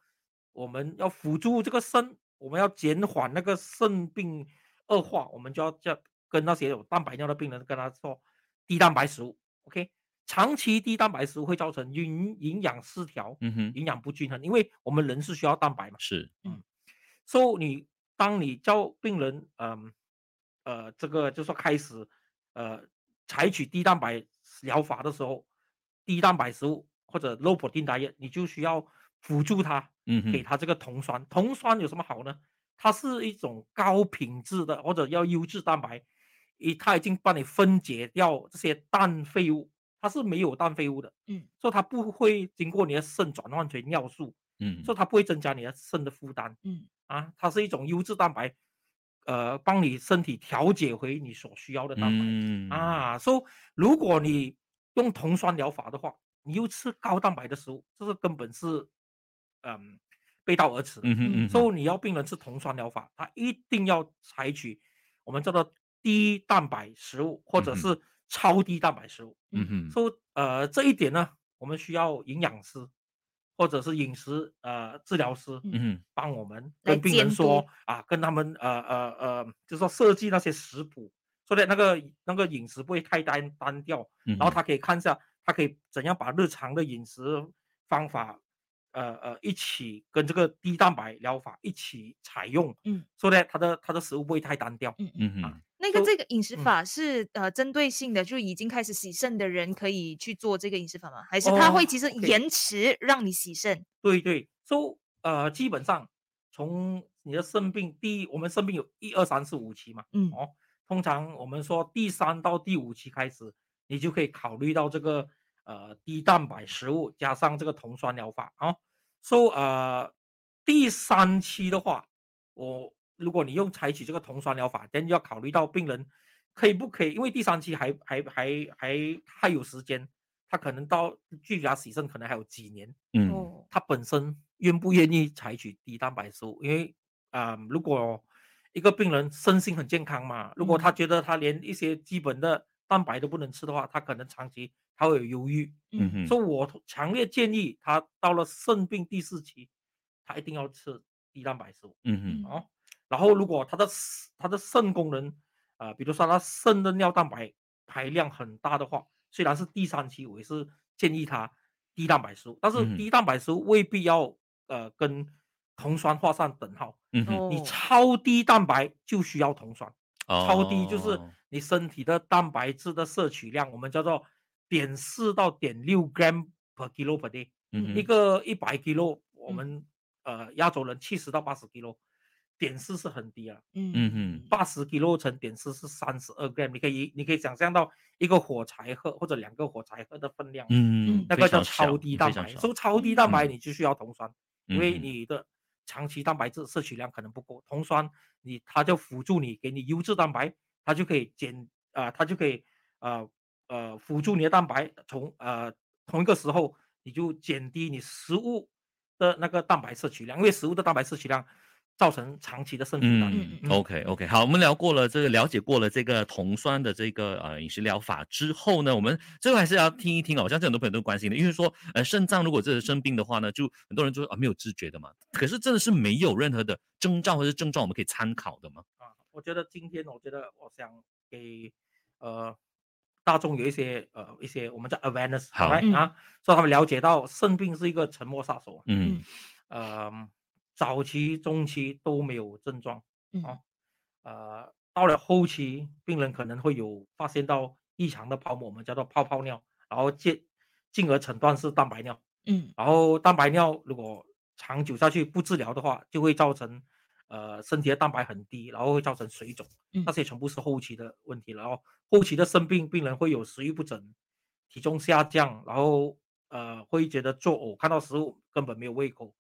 我们要辅助这个肾，我们要减缓那个肾病恶化，我们就要叫跟那些有蛋白尿的病人跟他说低蛋白食物，OK？长期低蛋白食物会造成营营养失调、
嗯哼，
营养不均衡，因为我们人是需要蛋白嘛。
是，
所以你当你叫病人，嗯、呃，这个就说开始，呃，采取低蛋白疗法的时候，低蛋白食物或者 low protein diet，你就需要辅助他，
嗯
给
哼，
他这个酮酸。酮酸有什么好呢？它是一种高品质的或者要优质蛋白，已它已经帮你分解掉这些氮废物，它是没有氮废物的，
嗯，
所以它不会经过你的肾转换成尿素，
嗯
所以它不会增加你的肾的负担。
嗯，
啊，它是一种优质蛋白，呃，帮你身体调节回你所需要的蛋白、
嗯，
啊。所、以如果你用酮酸疗法的话，你又吃高蛋白的食物，这是根本是嗯背道而驰。
嗯哼嗯
所
哼，
以你要病人吃酮酸疗法，他一定要采取我们叫做低蛋白食物或者
嗯哼
是超低蛋白食物。
嗯哼，
所以呃这一点呢，我们需要营养师或者是饮食呃治疗师
嗯哼，
帮我们
来
跟病人
监
说
督
啊，跟他们呃呃呃，就是说设计那些食谱，所以那个那个饮食不会太单单调，
嗯
然
然后他可以看一下，他可以怎样把日常的饮食方法，呃呃，一起跟这个低蛋白疗法一起采用，
嗯，
所以呢，他的他的食物不会太单调，
嗯嗯。
嗯哼
啊。
那个
就
这个饮食
嗯
法是呃针对性的，就已经开始洗肾的人可以去做这个饮食法吗？还是它会
哦
其实
，OK
延迟让你洗肾？
对对，so, 呃，基本上从你的肾病第一，我们肾病有一二三四五期嘛，
嗯
哦，通常我们说第三到第五期开始，你就可以考虑到这个呃低蛋白食物加上这个酮酸疗法啊。so 呃第三期的话，我如果你用采取这个酮酸疗法，但要考虑到病人可以不可以，因为第三期还还还还还有时间，他可能到距离他洗肾可能还有几年。
嗯
哦，
他本身愿不愿意采取低蛋白食物，因为啊、呃如果一个病人身心很健康嘛，如果他
嗯
觉得他连一些基本的蛋白都不能吃的话，他可能长期他会有忧郁。
嗯哼，
所以我强烈建议他到了肾病第四期，他一定要吃低蛋白食物。
嗯哼，
哦，然后如果他的 s- 他的肾功能，啊、比如说他肾的尿蛋白排量很大的话，虽然是第三期，我也是建议他低蛋白食物，但是
嗯哼
低蛋白食物未必要呃跟酮酸画上等号，
嗯哼，
你
哦
超低蛋白就需要酮酸，超低就是
哦
你身体的蛋白质的摄取量，我们叫做点四到点六 gram per kilo per day。
嗯哼
一个一百 kilo，我
嗯
们呃亚洲人七十到八十 kilo，点四是很低啊，
嗯
嗯哼
八十 kilo 乘点四是三十二 gram，你可以你可以想象到一个火柴盒或者两个火柴盒的分量，
嗯，
那
非
个叫
常小
超低蛋白，
非常
所
小
以超低蛋白
嗯
你就需要酮酸，因为
嗯哼
你的长期蛋白质摄取量可能不够，酮酸你它就辅助你给你优质蛋白，它就可以减啊、它就可以呃呃辅助你的蛋白从呃同一个时候你就减低你食物的那个蛋白摄取量，因为食物的蛋白摄取量造成长期的肾负担。
嗯
嗯
，OK OK，好，我们聊过了这个，了解过了这个酮酸的这个呃饮食疗法之后呢，我们最后还是要听一听哦，我相信很多朋友都关心的，因为说呃肾脏如果真的生病的话呢，就很多人就说啊没有知觉的嘛，可是真的是没有任何的征兆或者症状我们可以参考的嘛。
啊，我觉得今天我觉得我想给呃大众有一些呃一些我们叫 awareness，
好
right？
嗯
啊，所以他们了解到肾病是一个沉默杀手啊，
嗯
呃，早期、中期都没有症状，
嗯
哦，呃，到了后期，病人可能会有发现到异常的泡沫，我们叫做泡泡尿，然后进进而诊断是蛋白尿，
嗯
然后蛋白尿如果长久下去不治疗的话，就会造成呃身体的蛋白很低，然后会造成水肿，
嗯
那些全部是后期的问题。然后后期的生病，病人会有食欲不振、体重下降，然后呃会觉得作呕，看到食物根本没有胃口，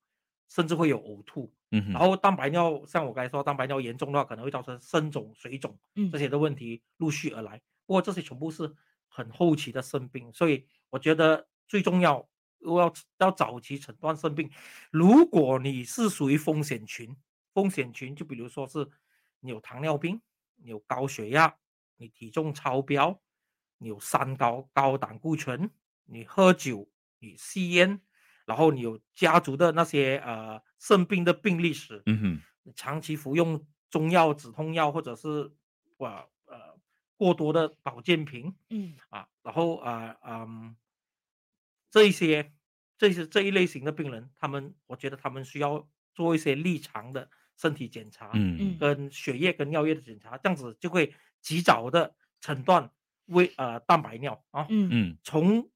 甚至会有呕吐。
嗯
然
哼，
后蛋白尿，像我刚才说，蛋白尿严重的话，可能会造成肾肿、水肿
嗯
这些的问题陆续而来。不过这些全部是很后期的生病，所以我觉得最重要，如果要要早期诊断生病，如果你是属于风险群，风险群就比如说是你有糖尿病、你有高血压、你体重超标、你有三高、高胆固醇、你喝酒、你吸烟，然后你有家族的那些呃肾病的病历史，
嗯哼，
你长期服用中药、止痛药或者是哇呃过多的保健品
嗯
啊，然后啊嗯这一些这些这一类型的病人，他们我觉得他们需要做一些立常的身体检查，
嗯
嗯
跟血液跟尿液的检查，这样子就会及早的诊断微呃蛋白尿啊，
嗯
嗯
从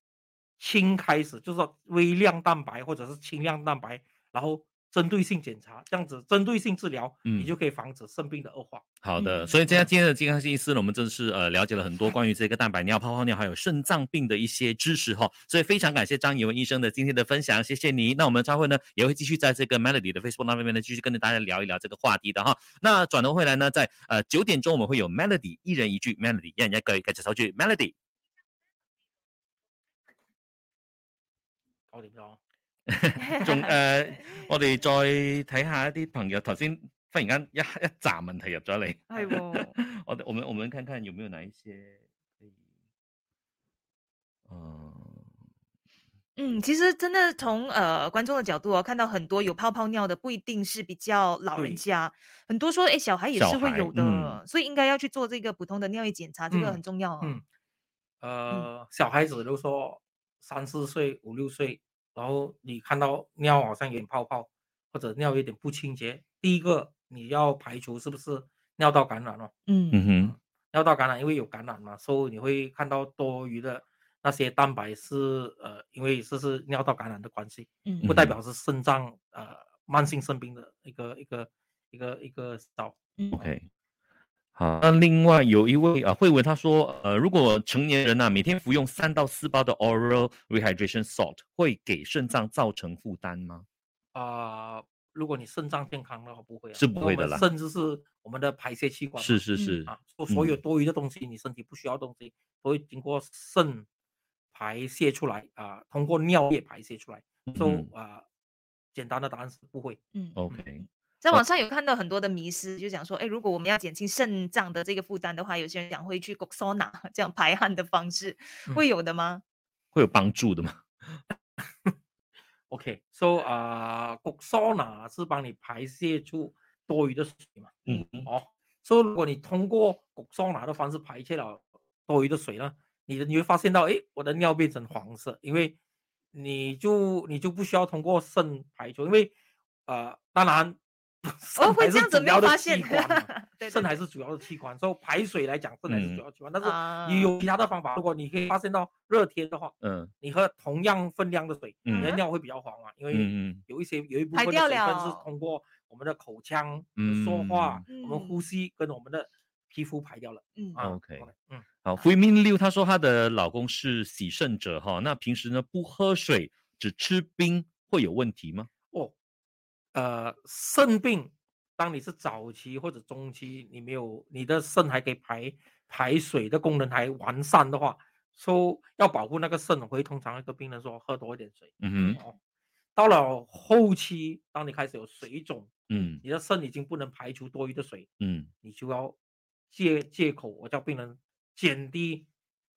轻开始，就是说微量蛋白或者是轻量蛋白，然后针对性检查，这样子针对性治疗，
嗯
你就可以防止肾病的恶化。
好的，
嗯
所以今天今天的健康星期四呢，我们真的是呃了解了很多关于这个蛋白尿、泡泡尿还有肾脏病的一些知识哈、所以非常感谢张怡文医生的今天的分享，谢谢你。那我们稍后呢也会继续在这个 Melody 的 Facebook 那边呢继续跟着大家聊一聊这个话题的哈。那转头回来呢，在呃九点钟我们会有 Melody 一人一句 Melody 一人一句，繼續守住 Melody。
九點鐘。
嗯
仲誒，我哋再睇下一啲朋友頭先忽然間一一站問題入咗嚟，
系喎，
我哋我們我們看看有沒有哪一些可以，嗯，
嗯，其实真的从呃观众的角度啊，看到很多有泡泡尿的，不一定是比较老人
对
家，很多说哎小孩也
小
是会
孩
有的，
嗯
所以应该要去做这个普通的尿液检查，这个
嗯
很重要啊。
嗯，呃，小孩子都说三四岁、五六岁，然后你看到尿好像有点泡泡，或者尿有点不清洁，第一个你要排除是不是尿道感染哦，
嗯
嗯哼，
尿道感染因为有感染嘛，所以你会看到多余的那些蛋白是呃，因为这是尿道感染的关系，
嗯
不代
嗯
表是肾脏呃慢性肾病的一个一个一个一个兆。
嗯
OK，好，那另外有一位啊，呃慧文他说，呃，如果成年人呐、啊每天服用三到四包的 oral rehydration salt，会给肾脏造成负担吗？
啊、如果你肾脏健康的话，不会、啊，
是不
因为
会
我
的啦
们甚至是我们的排泄器官嘛，
是是是，嗯
啊，所所有多余的东西，你身体不需要的东西，都会经过肾排泄出来啊、通过尿液排泄出来。所
嗯
以啊，简单的答案是不会。
嗯，
OK，
在
我
网上有看到很多的迷思，就讲说，哎，如果我们要减轻肾脏的这个负担的话，有些人讲会去 g s o n a 这样排汗的方式，
嗯
会有的吗？
会有帮助的吗？
OK，so 啊，焗桑拿是帮你排泄出多余的水嘛？
嗯，
哦，所以如果你通过焗桑拿的方式排泄了多余的水呢，你的你会发现到，诶，我的尿变成黄色，因为你就你就不需要通过肾排出，因为呃，当然，
哦，
肾
会
还
这
是
样子
主
没
要
有
的
发
器
现，
官嘛
对
肾
对
还是主要的器官，所以排水来讲，肾还是
嗯
主要器官，但是
啊，
你有其他的方法，如果你可以发现到热天的话，
嗯
你喝同样分量的水，你的
嗯
尿会比较黄啊嘛，因为。
嗯嗯
有一些有一部
排
分
掉
的水分是
了
通过我们的口腔、我们说话、我们
嗯
呼吸跟我们的皮肤排掉了。
嗯
啊
OK
好嘞嗯，
好，回民六她说她的老公是洗肾者哈，那平时呢不喝水，只吃冰会有问题吗？
哦，呃，肾病，当你是早期或者中期，你没有你的肾还可以排排水的功能还完善的话，说、要保护那个肾，我会通常会跟病人说喝多一点水。
嗯哼，
哦，到了后期，当你开始有水肿，
嗯
你的肾已经不能排除多余的水，
嗯
你就要借借口，我叫病人减低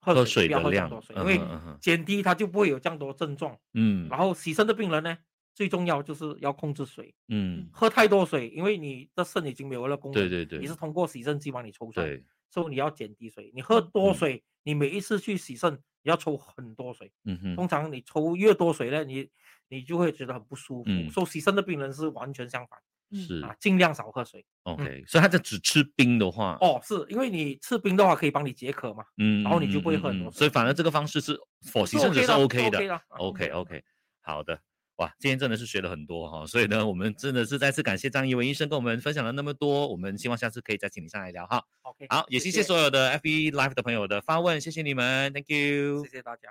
喝
喝水
水，不要
的
喝这
量
样多水，因为
嗯哼嗯哼
减低它就不会有这样多症状。
嗯
然后洗肾的病人呢，最重要就是要控制水，
嗯，
喝太多水，因为你的肾已经没有了功能，
对对对
嗯你是通过洗肾机帮你抽出来，
对，
所以你要减低水。你喝多
嗯
水，你每一次去洗肾，你要抽很多水，
嗯哼，
通常你抽越多水呢，你你就会觉得很不舒服。
嗯
所以洗肾的病人是完全相反
嗯
是
啊，尽量少喝水。
OK，所以她就只吃冰的话，
嗯哦，是因为你吃冰的话可以帮你解渴嘛。
嗯，
然后你就不
嗯
会
嗯
很
嗯
多
所以反而这个方式是 for
是
洗肾者
OK
是
的
OK
是 OK
的嗯哦
的
，OK OK，好的。哇，今天真的是学了很多哈，所以呢，我们真的是再次感谢张一文医生跟我们分享了那么多，我们希望下次可以再请你上来聊哈。
OK，
E 好，也谢谢所有的 F 1 Live 的朋友的发问，谢谢你们，Thank you
谢。谢大家。